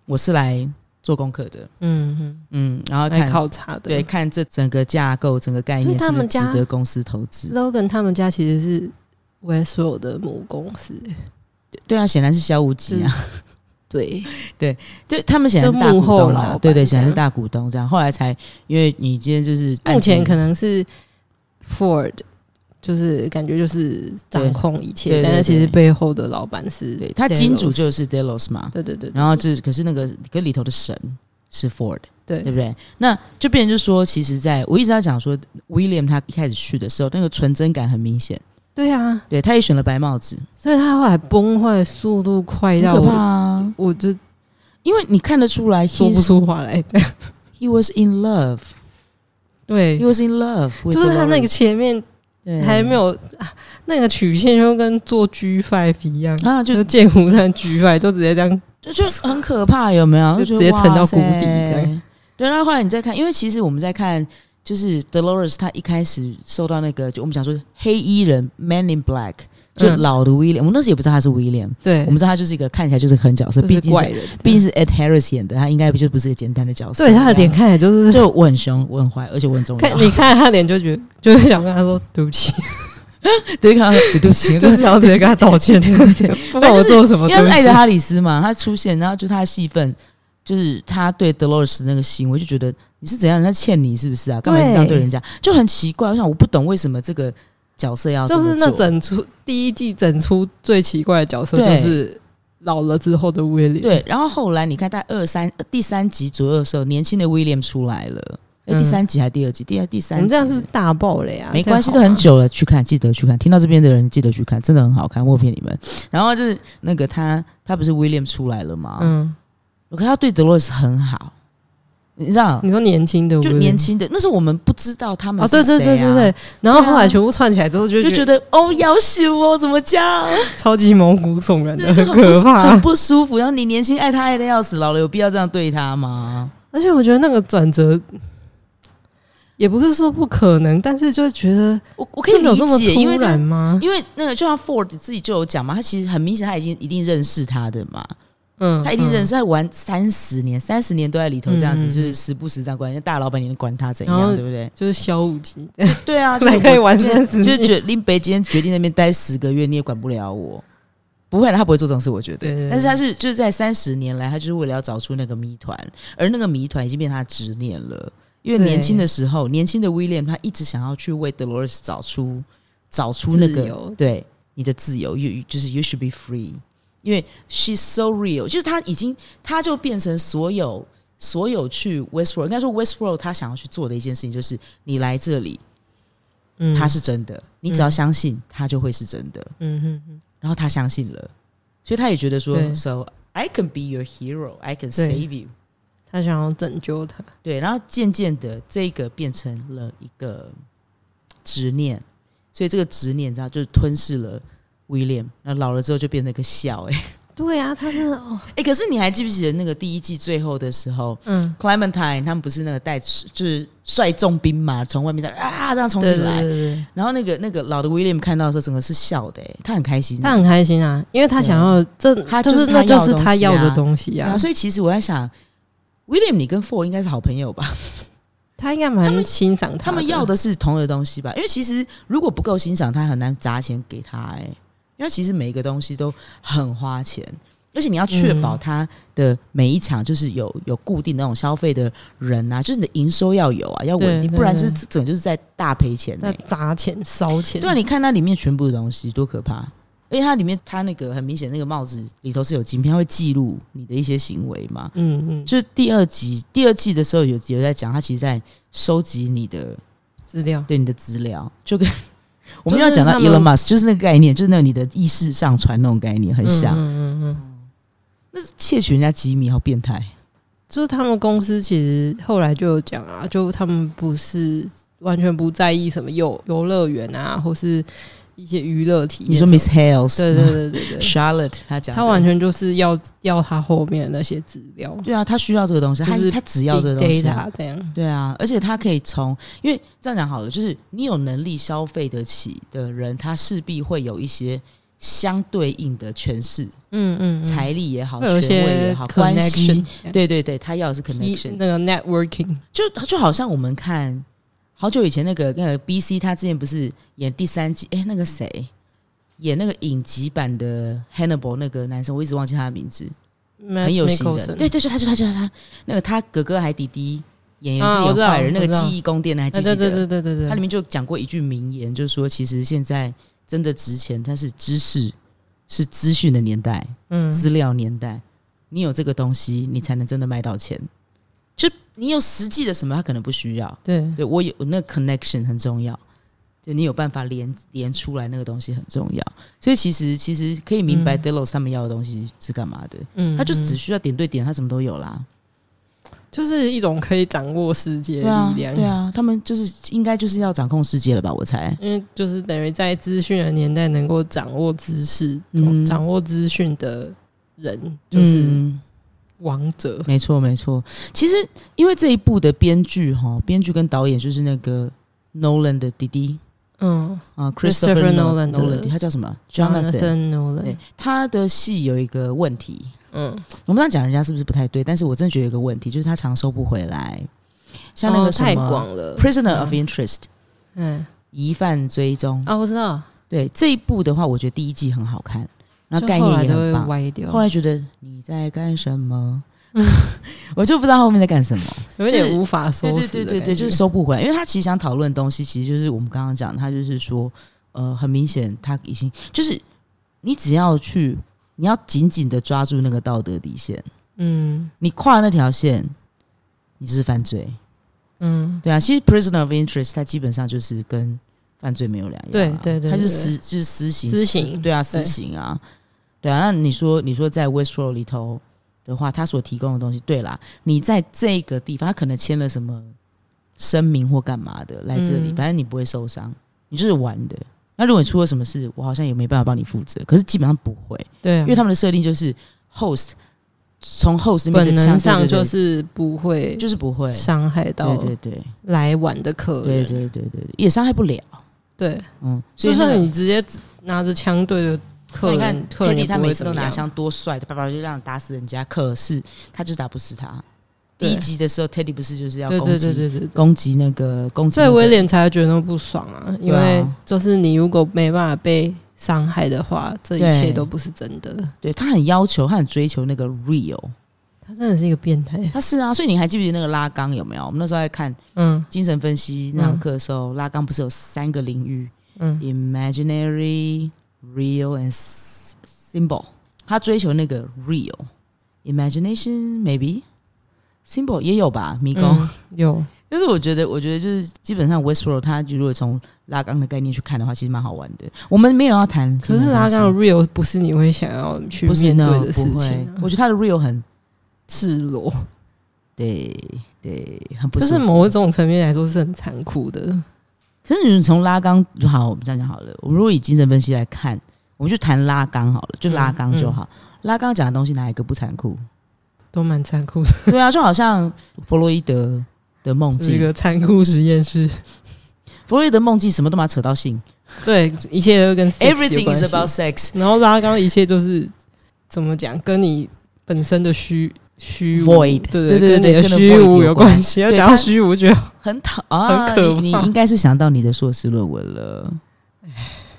Speaker 1: 我是来做功课的，
Speaker 2: 嗯嗯，
Speaker 1: 嗯，然后
Speaker 2: 来
Speaker 1: 看
Speaker 2: 考察的。
Speaker 1: 对，看这整个架构、整个概念
Speaker 2: 所
Speaker 1: 是
Speaker 2: 以他
Speaker 1: 不是
Speaker 2: 们
Speaker 1: 值
Speaker 2: 家
Speaker 1: 得公司投资？
Speaker 2: ，Logan 他们家其实是 Westworld 的母公司。
Speaker 1: 对啊，显然是小无极啊，
Speaker 2: 对，
Speaker 1: (laughs) 对他们显然是大
Speaker 2: 就幕
Speaker 1: 股
Speaker 2: 后
Speaker 1: 东
Speaker 2: 老
Speaker 1: 啦
Speaker 2: 板，
Speaker 1: 对对，
Speaker 2: 这
Speaker 1: 显
Speaker 2: 样
Speaker 1: 然是大股东这样。后来才因为你今天就是
Speaker 2: 目前可
Speaker 1: 能
Speaker 2: 能是 Ford，就是感觉就是掌控一切，
Speaker 1: 对对
Speaker 2: 但是其实
Speaker 1: 对
Speaker 2: 背后的老板是
Speaker 1: 对他金主
Speaker 2: Delos
Speaker 1: 就是 Delos 嘛，
Speaker 2: 对对对，对
Speaker 1: 然后就是可是那个跟里头的神是 Ford，
Speaker 2: 对
Speaker 1: 对不对？那就变成就说，其实在我一直在讲说，William 他一开始去的时候，那个纯真感很明显，
Speaker 2: 对啊，
Speaker 1: 对，他也选了白帽子，
Speaker 2: 所以他后来崩坏速度快
Speaker 1: 很
Speaker 2: 到
Speaker 1: 可怕
Speaker 2: 我，
Speaker 1: 啊！
Speaker 2: 我就
Speaker 1: (laughs) 因为你看得出来，
Speaker 2: 说不
Speaker 1: he's-
Speaker 2: 出话来。对
Speaker 1: he was in love，he
Speaker 2: 对，
Speaker 1: was in love，with
Speaker 2: 就是他那个
Speaker 1: Dolores
Speaker 2: 前面
Speaker 1: 对
Speaker 2: 还没有、啊那个曲线，就跟做 G five 一样，
Speaker 1: 啊，
Speaker 2: 就
Speaker 1: 就是
Speaker 2: 剑湖山 G five 都直接这样。
Speaker 1: 就就很可怕，有没有？
Speaker 2: 就
Speaker 1: 觉
Speaker 2: 直接
Speaker 1: 得哇
Speaker 2: 沉到谷底
Speaker 1: 塞
Speaker 2: 这样。
Speaker 1: 对，然后后来你再看，因为其实我们在看，就是 Dolores 她一开始受到那个，就我们讲说黑衣人 Man in Black，就
Speaker 2: 嗯
Speaker 1: 老的 William，、我们那时也不知道他是 William，
Speaker 2: 对，
Speaker 1: 我们知道他就是一个看起来就是很角色，
Speaker 2: 嗯就
Speaker 1: 毕
Speaker 2: 是
Speaker 1: 竟
Speaker 2: 怪
Speaker 1: 是
Speaker 2: 人，
Speaker 1: 毕竟是 Ed Harris 演的，他应该就不是一个简单的角色。
Speaker 2: 对他的脸
Speaker 1: 这样
Speaker 2: 看起来就是
Speaker 1: 就我很凶，我很坏，而且我很重要
Speaker 2: 看。你看他脸就觉得就是想跟他说对不起，
Speaker 1: (laughs) 对，看到 (laughs) 对不起，
Speaker 2: (laughs) 就是想要直接跟他道歉，对不对？ (laughs) 不管我做什么
Speaker 1: 因为
Speaker 2: 哦对
Speaker 1: 他是爱
Speaker 2: 不起
Speaker 1: 德。哈里斯嘛，他出现，然后就他的戏份，就是他对德罗斯那个行为，就觉得你是怎样，人家欠你是不是啊？干嘛
Speaker 2: 对
Speaker 1: 这样对人家，就很奇怪。我想我不懂为什么这个角色要这
Speaker 2: 就
Speaker 1: 么
Speaker 2: 是那
Speaker 1: 做
Speaker 2: 整出第一季整出最奇怪的角色就
Speaker 1: 对
Speaker 2: 是老了之后的威廉，
Speaker 1: 对。然后后来你看，在二三呃第三集左右的时候，年轻的威廉出来了，哎、
Speaker 2: 嗯
Speaker 1: 第三集还是第二集？第二第
Speaker 2: 我
Speaker 1: 三集
Speaker 2: 们这样是不是大爆雷啊，
Speaker 1: 没关系，
Speaker 2: 这
Speaker 1: 都
Speaker 2: 样好
Speaker 1: 很
Speaker 2: 吗。
Speaker 1: 久了，去看，记得去看。听到这边的人记得去看，真的很好看，我有骗你们。然后就是那个他，他不是威廉出来了吗？
Speaker 2: 嗯，
Speaker 1: 我看他对德罗斯很好，你知道？
Speaker 2: 你说年轻的威
Speaker 1: 就
Speaker 2: 廉，
Speaker 1: 年轻的，那时候我们不知道他们
Speaker 2: 哦，对
Speaker 1: 是谁、啊
Speaker 2: 对对对对，然后
Speaker 1: 对啊
Speaker 2: 后来全部串起来之后就
Speaker 1: 就
Speaker 2: 觉
Speaker 1: 觉
Speaker 2: 得
Speaker 1: 得哦，要死我怎么
Speaker 2: (laughs)
Speaker 1: 讲，
Speaker 2: 超级毛骨悚然的，
Speaker 1: (laughs) 对
Speaker 2: 很
Speaker 1: 就
Speaker 2: 可怕
Speaker 1: 很。不舒服。然后你年轻爱他爱的要死，老了有必要这样对他吗？
Speaker 2: 而且我觉得那个转折也不是说不可能，但是就觉得
Speaker 1: 我我可以
Speaker 2: 真的有
Speaker 1: 理
Speaker 2: 这么
Speaker 1: 解，因为
Speaker 2: 突
Speaker 1: 他
Speaker 2: 然吗？
Speaker 1: 因为那个就像 Ford 自己就有讲嘛，他其实很明显他已经一定认识他的嘛，
Speaker 2: 嗯
Speaker 1: 他一定认
Speaker 2: 识。
Speaker 1: 识，他玩三十年，三十年都在里头这样子，
Speaker 2: 嗯嗯嗯
Speaker 1: 就是时不时这样关，大老板你能管他怎
Speaker 2: 然后
Speaker 1: 样，对不对？
Speaker 2: 就是小五级，
Speaker 1: 对
Speaker 2: (laughs)
Speaker 1: 啊，
Speaker 2: 还
Speaker 1: 就
Speaker 2: 可以
Speaker 1: 我
Speaker 2: 玩
Speaker 1: 就
Speaker 2: 30
Speaker 1: 就
Speaker 2: 年
Speaker 1: 觉得林北今天决定那边待十个月，你也管不了我。不会啦，他不会做这种事，我觉得。
Speaker 2: 对对对
Speaker 1: 但是他是就是在三十年来，他就是为了要找出那个谜团，而那个谜团已经变成他的执念了。因为
Speaker 2: 对
Speaker 1: 年轻的时候，年轻的威廉他一直想要去为 Dolores 找出找出那
Speaker 2: 自
Speaker 1: 个
Speaker 2: 由
Speaker 1: 对你的自由，you you- 就是 you should be free，因为 she's so real，就是他已经他就变成所有所有去 Westworld，应该说 Westworld 他想要去做的一件事情就是你来这里，
Speaker 2: 嗯
Speaker 1: 它是真的，你只要
Speaker 2: 嗯
Speaker 1: 相信，它就会是真的。
Speaker 2: 嗯哼哼，
Speaker 1: 然后他相信了，所以他也觉得说
Speaker 2: 对
Speaker 1: ，So I can be your hero, I can
Speaker 2: 对
Speaker 1: save you。
Speaker 2: 他想要拯救他，
Speaker 1: 对，然后渐渐的，这个变成了一个执念，所以这个执念，你知道，就是吞噬了威廉。那老了之后就变成一个笑、欸，哎 (laughs)
Speaker 2: 对啊，他真的哦，
Speaker 1: 哎、可是你还记不记得那个第一季最后的时候？
Speaker 2: 嗯，
Speaker 1: Clementine 他们不是那个带就是率重兵马从外面这样啊这样冲
Speaker 2: 对
Speaker 1: 进
Speaker 2: 对对
Speaker 1: 来，嗯
Speaker 2: 对，
Speaker 1: 然后那个那个老的 William 看到的时候，整个是笑的、欸，他很开心，
Speaker 2: 他很开心啊，因为他想要这，
Speaker 1: 他
Speaker 2: 就
Speaker 1: 就是
Speaker 2: 那就
Speaker 1: 他要的东西啊
Speaker 2: 是他要的东西
Speaker 1: 对
Speaker 2: 啊
Speaker 1: 啊，，所以其实我在想，William 你跟 Ford 应该是好朋友
Speaker 2: (laughs)
Speaker 1: 吧？
Speaker 2: 他应该蛮欣赏
Speaker 1: 他们要
Speaker 2: 的，
Speaker 1: 的是同一个东西吧？因为其实如果不够欣赏他，很难砸钱给他哎、因为其实每一个东西都很花钱，而且你要确保
Speaker 2: 嗯
Speaker 1: 他的每一场就是有有固定那种消费的人啊，就是你的营收要有啊，要稳定，
Speaker 2: 对
Speaker 1: 不然就是
Speaker 2: 对
Speaker 1: 整就是在大赔钱、
Speaker 2: 在
Speaker 1: 欸。
Speaker 2: 砸钱烧钱，
Speaker 1: 对啊，你看它里面全部的东西多可怕！而且它里面它那个很明显，那个帽子里头是有晶片，它会记录你的一些行为嘛。
Speaker 2: 嗯嗯，
Speaker 1: 就是第二集第二季的时候有有在讲，他其实在收集你的
Speaker 2: 资料，
Speaker 1: 对你的资料，就
Speaker 2: (laughs)
Speaker 1: 跟我
Speaker 2: 就
Speaker 1: 们
Speaker 2: 是
Speaker 1: 要讲到
Speaker 2: 他们
Speaker 1: Elon Musk 就是那个概念，就是那个你的意识上传那种概念很像，
Speaker 2: 嗯嗯嗯嗯，
Speaker 1: 那是窃取人家机密，好变态。
Speaker 2: 就是他们公司其实后来就有讲啊，就他们不是完全不在意什么游游乐园啊，或是一些娱乐体验
Speaker 1: 你
Speaker 2: 什
Speaker 1: 说
Speaker 2: 么的。
Speaker 1: Miss Hales 嗯
Speaker 2: 对对对
Speaker 1: 啊
Speaker 2: 对对，
Speaker 1: Charlotte 他讲的
Speaker 2: 他完全就是要要他后面的那些资料，
Speaker 1: 对啊，他需要这个东西，
Speaker 2: 就是
Speaker 1: 他他只要这个东西、啊。
Speaker 2: data 这样。
Speaker 1: 对啊，而且他可以从，因为这样讲好了，就是你有能力消费得起的人，他势必会有一些相对应的诠释，
Speaker 2: 嗯嗯，嗯
Speaker 1: 财力也好，
Speaker 2: 会有一
Speaker 1: 权位也
Speaker 2: 些
Speaker 1: 好，关系
Speaker 2: connection，
Speaker 1: 对对对，他要的是
Speaker 2: 一
Speaker 1: connection，
Speaker 2: 那个 networking，
Speaker 1: 就就好像我们看好久以前那个那个 B C，他之前不是演第三季，哎、那个谁演那个影集版的 Hannibal 那个男生，我一直忘记他的名字，很有型
Speaker 2: Mads
Speaker 1: 的，
Speaker 2: Mikkelsen
Speaker 1: 对对，就他就他就他他那个他哥哥还弟弟演员
Speaker 2: 啊
Speaker 1: 是
Speaker 2: 我
Speaker 1: 演
Speaker 2: 知道
Speaker 1: 坏人，那
Speaker 2: 我
Speaker 1: 个
Speaker 2: 知道
Speaker 1: 记忆宫殿的还记
Speaker 2: 啊
Speaker 1: 不记
Speaker 2: 对对
Speaker 1: 得？
Speaker 2: 对对对对，
Speaker 1: 他里面就讲过一句名言，就是说其实现在真的值钱，但是知识是资讯的年代，
Speaker 2: 嗯
Speaker 1: 资料年代，你有这个东西，你才能真的卖到钱。就你有实际的什么，他可能不需要。
Speaker 2: 对
Speaker 1: 对我有那个 connection 很重要，就你有办法连连出来那个东西很重要。所以其实其实可以明白
Speaker 2: 嗯
Speaker 1: Delos 他们要的东西是干嘛的，
Speaker 2: 嗯
Speaker 1: 他就只
Speaker 2: 嗯
Speaker 1: 需要点对点，他什么都有啦。
Speaker 2: 就是一种可以掌握世界
Speaker 1: 对
Speaker 2: 的
Speaker 1: 啊，
Speaker 2: 力量，
Speaker 1: 对啊，他们就是应该就是要掌控世界了吧？我猜。
Speaker 2: 因为就是等于在资讯的年代，能够掌握知识、
Speaker 1: 嗯
Speaker 2: 掌握资讯的人，就是
Speaker 1: 嗯
Speaker 2: 王者。
Speaker 1: 没错没错。其实因为这一部的编剧哈，编剧跟导演就是那个 Nolan 的弟弟
Speaker 2: 嗯
Speaker 1: 啊
Speaker 2: Christopher
Speaker 1: ，Christopher
Speaker 2: Nolan 的
Speaker 1: Nolan，他叫什么？Jonathan。对
Speaker 2: Nolan，，
Speaker 1: 他的戏有一个问题，
Speaker 2: 嗯，
Speaker 1: 我们这样讲人家是不是不太对？但是我真的觉得有一个问题，就是他常收不回来，像那
Speaker 2: 哦
Speaker 1: 个什么
Speaker 2: 太广了，
Speaker 1: prisoner of interest》
Speaker 2: 嗯
Speaker 1: 疑犯追踪，
Speaker 2: 啊，我知道，
Speaker 1: 对这一部的话，我觉得第一季很好看，然后
Speaker 2: 就
Speaker 1: 概
Speaker 2: 后
Speaker 1: 念
Speaker 2: 来
Speaker 1: 也
Speaker 2: 都
Speaker 1: 很
Speaker 2: 会
Speaker 1: 棒。
Speaker 2: 歪掉，
Speaker 1: 后来觉得你在干什 (laughs) 么？我就不知道后面在干什么。
Speaker 2: 有
Speaker 1: 就
Speaker 2: 点
Speaker 1: 是
Speaker 2: 无法收
Speaker 1: 对对
Speaker 2: 拾
Speaker 1: 对
Speaker 2: 的
Speaker 1: 对对，
Speaker 2: 感
Speaker 1: 就是
Speaker 2: 觉
Speaker 1: 收不回来，因为他其实想讨论的东西，其实就是我们刚刚讲的，他就是说，呃，很明显他已经就是你只要去，你要紧紧的抓住那个道德底线，
Speaker 2: 嗯
Speaker 1: 你跨了那条线，你就是犯罪。
Speaker 2: 嗯，
Speaker 1: 对啊，其实 prisoner of interest 它基本上就是跟犯罪没有两样、啊，
Speaker 2: 对对对
Speaker 1: 它是
Speaker 2: 对
Speaker 1: 私就是私刑，
Speaker 2: 私刑
Speaker 1: 对啊，
Speaker 2: 对
Speaker 1: 私刑啊，对啊。那你说你说在 Westworld 里头的话，他所提供的东西，对啦，你在这个地方，他可能签了什么声明或干嘛的来这里，
Speaker 2: 嗯
Speaker 1: 反正你不会受伤，你就是玩的。那如果你出了什么事，我好像也没办法帮你负责，可是基本上不会，
Speaker 2: 对啊，
Speaker 1: 因为他们的设定就是 host 从 host 那边
Speaker 2: 本
Speaker 1: 的枪对
Speaker 2: 能上
Speaker 1: 对对
Speaker 2: 就是不会
Speaker 1: 就是不会，
Speaker 2: 伤害到
Speaker 1: 对对对。
Speaker 2: 来晚的客
Speaker 1: 对
Speaker 2: 人，
Speaker 1: 对对对，对也伤害不了。
Speaker 2: 对，
Speaker 1: 嗯，所
Speaker 2: 就
Speaker 1: 以那
Speaker 2: 算
Speaker 1: 个
Speaker 2: 你直接拿着枪对着
Speaker 1: 那
Speaker 2: 客
Speaker 1: 你
Speaker 2: 人
Speaker 1: 看，
Speaker 2: 客人
Speaker 1: Kenny
Speaker 2: 也
Speaker 1: 他
Speaker 2: 不
Speaker 1: 每
Speaker 2: 会
Speaker 1: 次
Speaker 2: 怎
Speaker 1: 都
Speaker 2: 么
Speaker 1: 拿
Speaker 2: 样。
Speaker 1: 枪多帅的，爸爸就让打死人家，可是他就打不死他。第
Speaker 2: 对
Speaker 1: 一集的时候，Teddy 不是就是要
Speaker 2: 对
Speaker 1: 攻
Speaker 2: 对对
Speaker 1: 击
Speaker 2: 对对对。
Speaker 1: 攻击那个攻击
Speaker 2: 所以
Speaker 1: 那
Speaker 2: 威
Speaker 1: 个，
Speaker 2: 廉才会觉得那么不爽啊，因
Speaker 1: 对啊
Speaker 2: 为就是你如果没办法被伤害的话，这一
Speaker 1: 对
Speaker 2: 切都不是真的。
Speaker 1: 对他很要求，他很追求那个 real。
Speaker 2: 他真的是一个变态。
Speaker 1: 他是啊，所以你还记不记得那个拉缸有没有？我们那时候在看
Speaker 2: 嗯
Speaker 1: 精神分析那堂课的时候，拉缸不是有三个领域
Speaker 2: 嗯
Speaker 1: ：imaginary、real and s- symbol。他追求那个 real imagination maybe symbol 也有吧，迷宫。
Speaker 2: 嗯有
Speaker 1: 但是我觉得，我觉得就是基本上 Westworld 它如果从拉缸的概念去看的话，其实蛮好玩的。我们没有要谈
Speaker 2: 可
Speaker 1: 精神分析，
Speaker 2: 是拉杠 real 不是你会想要去
Speaker 1: 不是
Speaker 2: 面对
Speaker 1: 呢
Speaker 2: 的事
Speaker 1: 不会
Speaker 2: 情啊，
Speaker 1: 我觉得它的 real 很
Speaker 2: 赤裸，
Speaker 1: 对对，很不
Speaker 2: 就是
Speaker 1: 舒服
Speaker 2: 某一种层面来说是很残酷的。
Speaker 1: 可是你从拉缸就好，我们这样讲好了。我们如果以精神分析来看，我们就谈拉缸好了，就
Speaker 2: 嗯
Speaker 1: 拉缸就好。拉缸讲的东西哪一个不残酷？
Speaker 2: 都蛮残酷 (laughs) 的，
Speaker 1: (laughs) 对啊，就好像弗洛伊德的梦
Speaker 2: 是一
Speaker 1: 境，
Speaker 2: 个残酷实验室。
Speaker 1: 弗洛伊德梦境什么都把它扯到性
Speaker 2: (laughs) 对，一切都跟 sex (laughs) 有
Speaker 1: ，everything
Speaker 2: 关
Speaker 1: is
Speaker 2: 系
Speaker 1: about sex。
Speaker 2: 然后拉刚一切都是怎么讲，跟你本身的虚虚无
Speaker 1: Void
Speaker 2: 对
Speaker 1: 对对
Speaker 2: 跟你
Speaker 1: 对
Speaker 2: 的
Speaker 1: 跟
Speaker 2: 虚
Speaker 1: void
Speaker 2: 无
Speaker 1: 有
Speaker 2: 有
Speaker 1: 关
Speaker 2: 关系。要
Speaker 1: 对
Speaker 2: 讲到
Speaker 1: 它
Speaker 2: 虚无，觉得
Speaker 1: 很讨啊，
Speaker 2: 很可怕
Speaker 1: 你你应该是想到你的硕士论文了，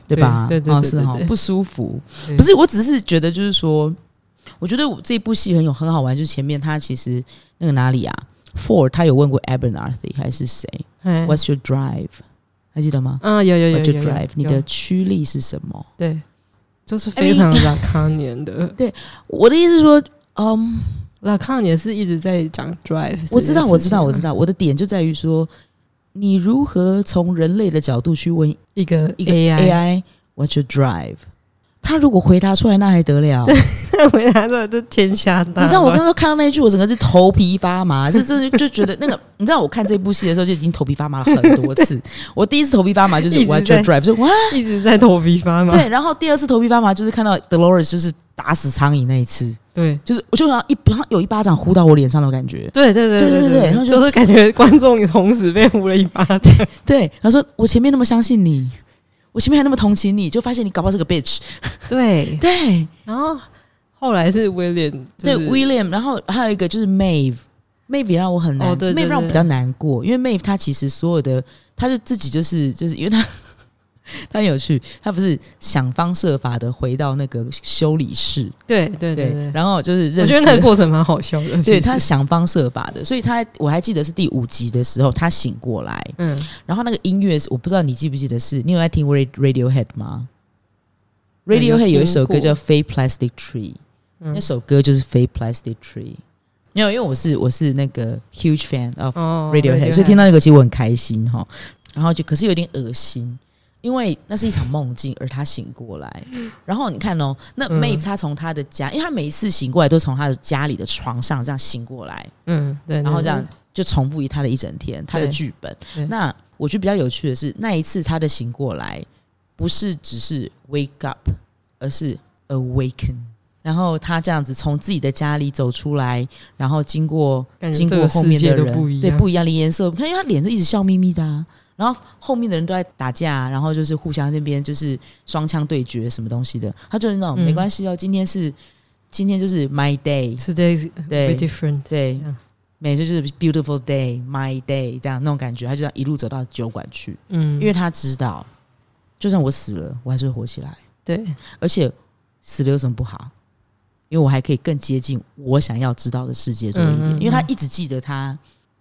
Speaker 1: 对吧？
Speaker 2: 对对
Speaker 1: 哦
Speaker 2: 对
Speaker 1: 是
Speaker 2: 对
Speaker 1: 哈
Speaker 2: 对，
Speaker 1: 不舒服。(laughs)
Speaker 2: 对
Speaker 1: 不是，我只是觉得就是说，我觉得我这部戏很有很好玩，就是前面他其实那个哪里啊，Ford 他有问过 Abernathy 还是谁、
Speaker 2: 哎
Speaker 1: w h a t s your drive？还记得吗
Speaker 2: 啊，有有有有
Speaker 1: ？What's
Speaker 2: 有
Speaker 1: your
Speaker 2: 有
Speaker 1: drive？你的驱力是什么？
Speaker 2: 对，就是
Speaker 1: 哎
Speaker 2: 非常拉康年的
Speaker 1: 我的意思是说，嗯，
Speaker 2: 拉康年是一直在讲 drive，
Speaker 1: 我知道，我知道，我知
Speaker 2: 道
Speaker 1: 道，我的点就在于说，你如何从人类的角度去问
Speaker 2: 一个
Speaker 1: 一个
Speaker 2: (laughs) AI
Speaker 1: AI What's your drive？他如果回答出来，那还得了？
Speaker 2: 回答说这天下大
Speaker 1: 你
Speaker 2: 乱，
Speaker 1: 知道我刚刚看到那一句，我整个是头皮发麻，就真的就觉得那个，你知道我看这部戏的时候就已经头皮发麻了很多次。我第一次头皮发麻就是
Speaker 2: 一直
Speaker 1: What's your
Speaker 2: 在嗯
Speaker 1: drive？就哇，
Speaker 2: 一直在头皮发麻，
Speaker 1: 对。然后第二次头皮发麻就是看到 Dolores 就是打死苍蝇那一次，
Speaker 2: 对
Speaker 1: 就是我就好像一好像有一巴掌呼到我脸上的感觉。
Speaker 2: 对对对
Speaker 1: 对对对
Speaker 2: 对
Speaker 1: 然后就
Speaker 2: 就是感觉观众同时被呼了一巴掌，
Speaker 1: 对，他说我前面那么相信你，我前面还那么同情你，就发现你搞不好是个 bitch。(laughs)
Speaker 2: 对，
Speaker 1: 对
Speaker 2: 然后后来是威廉，
Speaker 1: 对，William，然后还有一个就是 Mave，Mave 让我很难、
Speaker 2: 哦对对
Speaker 1: m a v e 让我
Speaker 2: 对
Speaker 1: 比较难过，因为 Mave 她其实所有的，她就自己就是就是因为她 (laughs) 他很有趣，他不是想方设法的回到那个修理室，
Speaker 2: 对对对
Speaker 1: 对，
Speaker 2: 对，
Speaker 1: 然后就是
Speaker 2: 我
Speaker 1: 认识
Speaker 2: 觉得那个过程蛮好笑的。
Speaker 1: 对
Speaker 2: 其实
Speaker 1: 他，想方设法的，所以他我还记得是第五集的时候，他醒过来，
Speaker 2: 嗯，
Speaker 1: 然后那个音乐是我不知道你记不记得是，你有在听 Ra- Radiohead 吗
Speaker 2: 嗯有
Speaker 1: ？Radiohead 有一首歌
Speaker 2: 听过
Speaker 1: 叫《Fake Plastic Tree》，那
Speaker 2: 嗯
Speaker 1: 首歌就是《Fake Plastic Tree》。没有，因为我是我是那个 huge fan of
Speaker 2: 哦
Speaker 1: Radiohead，所以听到那个其实我很开心哈。然后就可是有点恶心，因为那是一场梦境，而他醒过来。然后你看哦，那
Speaker 2: 嗯
Speaker 1: Maeve 她从她的家，因为她每一次醒过来都从她的家里的床上这样醒过来，
Speaker 2: 嗯，对，
Speaker 1: 然后
Speaker 2: 对
Speaker 1: 这样，就重复于她的一整天，她的剧本
Speaker 2: 对。
Speaker 1: 那我觉得比较有趣的是，那一次她的醒过来不是只是 wake up，而是 awaken。然后她这样子从自己的家里走出来，然后经过
Speaker 2: 感觉
Speaker 1: 经
Speaker 2: 这个
Speaker 1: 过后面
Speaker 2: 世界
Speaker 1: 的
Speaker 2: 都
Speaker 1: 人，
Speaker 2: 不一
Speaker 1: 对
Speaker 2: 样
Speaker 1: 不一样的颜色。你看，因为他脸就一直笑眯眯的、啊，然后后面的人都在打架，啊然后就是互相那边就是双枪对决什么东西的，他就是那种、
Speaker 2: 嗯
Speaker 1: 没关系哦，今天是今天就是 my day，
Speaker 2: ，Today's
Speaker 1: 对
Speaker 2: very different。
Speaker 1: 对
Speaker 2: 嗯，
Speaker 1: 每次就是 beautiful day，my day 这样那种感觉，他就这样一路走到酒馆去，
Speaker 2: 嗯，
Speaker 1: 因为他知道，就算我死了，我还是会活起来，
Speaker 2: 对
Speaker 1: 而且死了有什么不好？因为我还可以更接近我想要知道的世界多一点，
Speaker 2: 嗯嗯嗯
Speaker 1: 因为他一直记得他，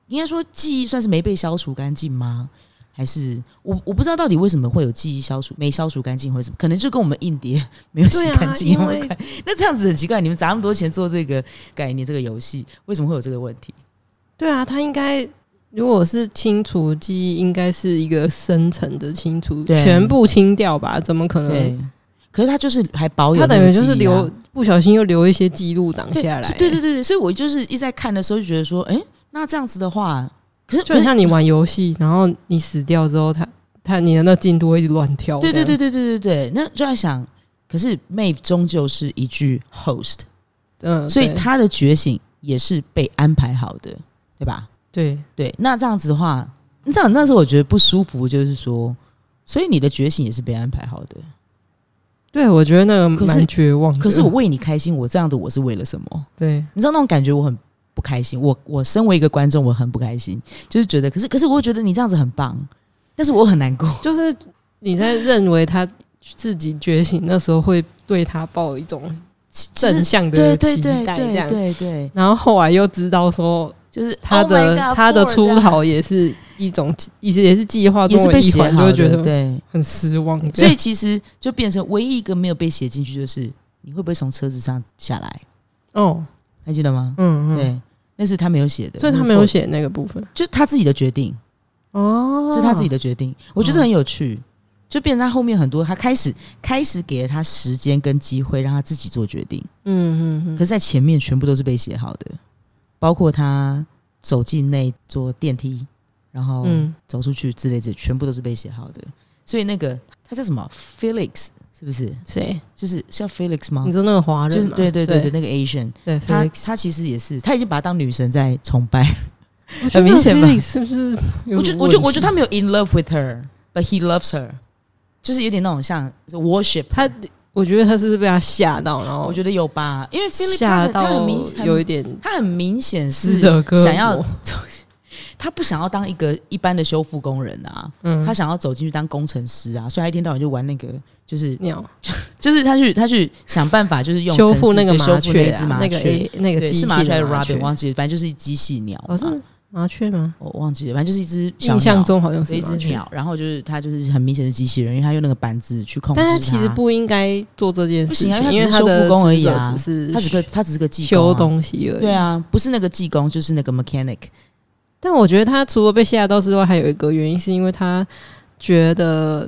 Speaker 1: 应该说记忆算是没被消除干净吗？还是我我不知道到底为什么会有记忆消除没消除干净，或者什么，可能就跟我们硬碟没有洗
Speaker 2: 对
Speaker 1: 干
Speaker 2: 啊，
Speaker 1: 净
Speaker 2: 因
Speaker 1: 有关
Speaker 2: 为
Speaker 1: 那这样子很奇怪，你们砸那么多钱做这个概念这个游戏，为什么会有这个问题？
Speaker 2: (laughs) 对啊，他应该如果是清除记忆，应该是一个深层的清除，
Speaker 1: 对
Speaker 2: 全部清掉吧？怎么可
Speaker 1: 对
Speaker 2: 能？，
Speaker 1: 可是他就是还保有
Speaker 2: 他
Speaker 1: 那个
Speaker 2: 等于就是
Speaker 1: 记忆啊
Speaker 2: 留不小心又留一些记录挡
Speaker 1: 对
Speaker 2: 下来，
Speaker 1: 对对对对，所以我就是一直在看的时候就觉得说，哎、那这样子的话，可是
Speaker 2: 就
Speaker 1: 可
Speaker 2: 很
Speaker 1: 是
Speaker 2: 像你玩游戏，然后你死掉之后，他他你的那进度会一直乱跳。
Speaker 1: 对对对
Speaker 2: 对，
Speaker 1: 对对对对，那就在想，可是 Mave 终究是一具 host，
Speaker 2: 嗯，
Speaker 1: 所以
Speaker 2: 对
Speaker 1: 他的觉醒也是被安排好的，对吧？
Speaker 2: 对
Speaker 1: 对，那这样子的话，你知道那时候我觉得不舒服，就是说，所以你的觉醒也是被安排好的。
Speaker 2: 对，我觉得那个
Speaker 1: 可是
Speaker 2: 蛮绝望的。
Speaker 1: 可是我为你开心，我这样的我是为了什么？
Speaker 2: 对
Speaker 1: 你知道那种感觉我很不开心。我我身为一个观众，我很不开心，就是觉得，可是可是我会觉得你这样子很棒，但是我很难过。
Speaker 2: 就是你在认为他自己觉醒那时候会对他抱一种 (laughs) 正向
Speaker 1: 对
Speaker 2: 的
Speaker 1: 对
Speaker 2: 期
Speaker 1: 对
Speaker 2: 待，这
Speaker 1: 对
Speaker 2: 样。
Speaker 1: 对对，
Speaker 2: 然后后来又知道说，
Speaker 1: 就是
Speaker 2: 他
Speaker 1: Oh my
Speaker 2: 的、
Speaker 1: God，
Speaker 2: 他的
Speaker 1: Ford
Speaker 2: 出
Speaker 1: 这样
Speaker 2: 逃也是一种，也是也是计划
Speaker 1: 也
Speaker 2: 中
Speaker 1: 是
Speaker 2: 的
Speaker 1: 被
Speaker 2: 一
Speaker 1: 写
Speaker 2: 环，就
Speaker 1: 好
Speaker 2: 会
Speaker 1: 的，
Speaker 2: 觉得
Speaker 1: 对。
Speaker 2: 很失望。
Speaker 1: 所以其实就变成唯一一个没有被写进去，就是你会不会从车子上下来？
Speaker 2: 哦，
Speaker 1: 还记得吗？
Speaker 2: 嗯嗯，，
Speaker 1: 对，那是他没有写的，
Speaker 2: 所以他没有，写那个部分
Speaker 1: 就他自己的决定。
Speaker 2: 哦，
Speaker 1: 是他自己的决定。我觉得
Speaker 2: 嗯
Speaker 1: 很有趣，就变成他后面很多，他开始开始给了他时间跟机会，让他自己做决定。
Speaker 2: 嗯，嗯嗯，
Speaker 1: 可是，在前面全部都是被写好的，包括他走进那座电梯，然后
Speaker 2: 嗯，
Speaker 1: 走出去之类的，全部都是被写好的。所以那个他叫什么 Felix 是不是？
Speaker 2: 谁？
Speaker 1: 就是是叫 Felix 吗
Speaker 2: 你？说那个华
Speaker 1: 就是
Speaker 2: 人吗？
Speaker 1: 对对对
Speaker 2: 对
Speaker 1: 对，那个 Asian，
Speaker 2: 对
Speaker 1: 他
Speaker 2: Felix
Speaker 1: 他其实也是，他已经把他当女神在崇拜。
Speaker 2: 我觉
Speaker 1: 很
Speaker 2: 得
Speaker 1: 明显吧
Speaker 2: Felix (laughs) 是不是有
Speaker 1: 我
Speaker 2: 什
Speaker 1: 觉
Speaker 2: 么问题？
Speaker 1: 我觉我觉得他没有 in love with her，but he loves her，就是有点那种像 worship。
Speaker 2: 他，我觉得他是被他吓到，然后
Speaker 1: 我觉得有吧，因为 Philip 他
Speaker 2: 哦吓
Speaker 1: 很他很
Speaker 2: 到
Speaker 1: 明
Speaker 2: 有
Speaker 1: 很
Speaker 2: 一点
Speaker 1: 他很明显
Speaker 2: 斯
Speaker 1: 是
Speaker 2: 德哥
Speaker 1: 想要
Speaker 2: 摩，
Speaker 1: 他不想要当一个一般的修复工人啊，
Speaker 2: 嗯，
Speaker 1: 他想要走进去当工程师啊，所以他一天到晚就玩那个，就是
Speaker 2: 鸟
Speaker 1: 就是他去他去想办法，就是用
Speaker 2: 修
Speaker 1: 程式
Speaker 2: 复那个
Speaker 1: 对
Speaker 2: 麻
Speaker 1: 修复
Speaker 2: 雀
Speaker 1: 那
Speaker 2: 啊
Speaker 1: 只麻
Speaker 2: 那个
Speaker 1: 雀，
Speaker 2: A- 那个
Speaker 1: 对，
Speaker 2: 机器
Speaker 1: 是麻雀还是
Speaker 2: 的麻
Speaker 1: rabbit
Speaker 2: 雀
Speaker 1: 忘记了，反正就是机器鸟嘛，
Speaker 2: 哦，是麻雀吗？
Speaker 1: 我忘记了，反正就是一只小
Speaker 2: 印象
Speaker 1: 鸟
Speaker 2: 中好像是
Speaker 1: 有一只
Speaker 2: 麻雀，
Speaker 1: 鸟，然后就是它就是很明显的机器人，因为它用那个板子去控制
Speaker 2: 但
Speaker 1: 它。
Speaker 2: 是其实不应该做这件事情，
Speaker 1: 不行啊因为
Speaker 2: 因为
Speaker 1: 它只是
Speaker 2: 他的
Speaker 1: 修复工而已啊
Speaker 2: 职责
Speaker 1: 它
Speaker 2: 只是
Speaker 1: 只是个它只是个技工、
Speaker 2: 修
Speaker 1: 啊，
Speaker 2: 东西而已。
Speaker 1: 对，啊，不是那个技工就是那个 mechanic。
Speaker 2: 但我觉得他除了被吓到之外，还有一个原因是因为他觉得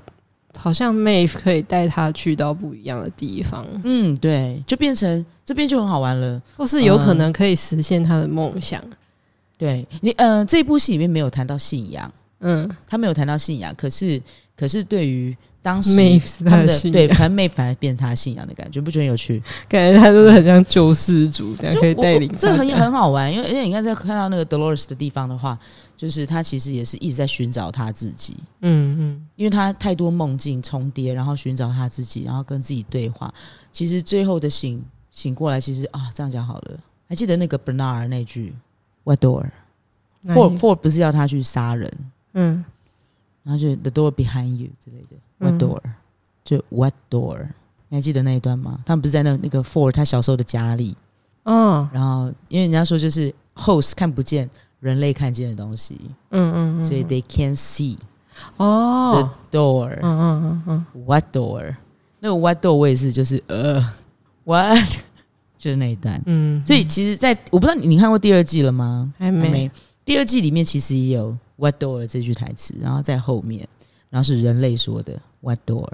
Speaker 2: 好像 Mave 可以带他去到不一样的地方，
Speaker 1: 嗯，对，就变成这边就很好玩了。
Speaker 2: 或是有
Speaker 1: 嗯
Speaker 2: 可能可以实现他的梦想。
Speaker 1: 对你，呃，这部戏里面没有谈到信仰，
Speaker 2: 嗯
Speaker 1: 他没有谈到信仰，可是可是对于当时
Speaker 2: ，Mave 是
Speaker 1: 他
Speaker 2: 他
Speaker 1: 们
Speaker 2: 的
Speaker 1: 的
Speaker 2: 信
Speaker 1: 对，
Speaker 2: 仰，
Speaker 1: 反妹反而变成他的信仰的感觉，不觉得很有趣？
Speaker 2: 感觉他就是很像救世主这样，
Speaker 1: 就
Speaker 2: 可以
Speaker 1: 我
Speaker 2: 带
Speaker 1: 我
Speaker 2: 领
Speaker 1: 这
Speaker 2: 大
Speaker 1: 很
Speaker 2: 家
Speaker 1: 很好玩，因为因为你看在看到那个 Dolores 的地方的话，就是他其实也是一直在寻找他自己。
Speaker 2: 嗯嗯，
Speaker 1: 因为他太多梦境重叠，然后寻找他自己，然后跟自己对话。其实最后的醒醒过来，其实啊，这样讲好了。还记得那个 Bernard 那句 “What door”？Ford
Speaker 2: 那
Speaker 1: Ford 不是要他去杀人，
Speaker 2: 嗯
Speaker 1: 然然后就 The door behind you 之类的，What
Speaker 2: 嗯
Speaker 1: door？、就 What door？你还记得那一段吗？他们不是在那那个 Ford 他小时候的家里，
Speaker 2: 嗯
Speaker 1: 然后因为人家说就是 host 看不见人类看见的东西，
Speaker 2: 嗯嗯，
Speaker 1: 所以 they can see
Speaker 2: 哦
Speaker 1: the，door、
Speaker 2: 嗯嗯嗯嗯，
Speaker 1: What door？那个 What door 我也是就是呃 What (laughs) 就是那一段。
Speaker 2: 嗯，
Speaker 1: 所以其实在，我不知道你你看过第二季了吗？
Speaker 2: 还
Speaker 1: 还
Speaker 2: 没，
Speaker 1: 没。第二季里面其实也有 What door 这句台词，然后在后面，然后是人类说的 What door。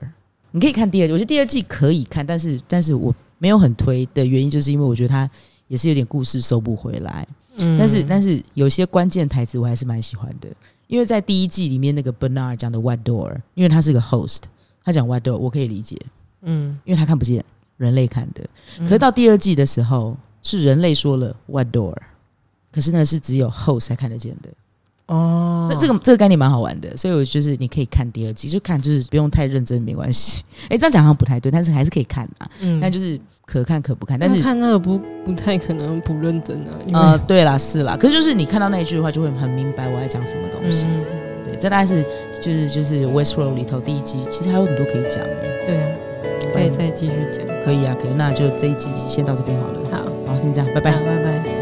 Speaker 1: 你可以看第二季，我觉得第二季可以看，但是但是我没有很推的原因，就是因为我觉得它也是有点故事收不回来。
Speaker 2: 嗯
Speaker 1: 但是但
Speaker 2: 是
Speaker 1: 是有些关键台词我还是蛮喜欢的，因为在第一季里面那个 Bernard 讲的 What door，因为他是个 host，他讲 What door 我可以理解，
Speaker 2: 嗯，
Speaker 1: 因为他看不见，人类看的。可是到第二季的时候，是人类说了 What door，可是那是只有 host 才看得见的。
Speaker 2: 哦，
Speaker 1: 那这个这个概念蛮好玩的，所以我就是你可以看第二季，就看就是不用太认真没关系。 (laughs) 哎、这样讲好像不太对，但是还是可以看啊。
Speaker 2: 嗯，
Speaker 1: 但就是可看可不看，但
Speaker 2: 但
Speaker 1: 是
Speaker 2: 是看那个不不太可能不认真啊，因为
Speaker 1: 呃，对啦，是啦。可是就是你看到那一句的话，就会很明白我在讲什么东西。
Speaker 2: 嗯，
Speaker 1: 对，这大概是就是就是 Westworld 里头第一季，其实还有很多可以讲的。
Speaker 2: 对啊，
Speaker 1: 嗯
Speaker 2: 可以再继续讲，
Speaker 1: 可以啊，可以，那就这一集先到这边好了。
Speaker 2: 好，
Speaker 1: 好，先这样，拜拜
Speaker 2: 好。拜拜。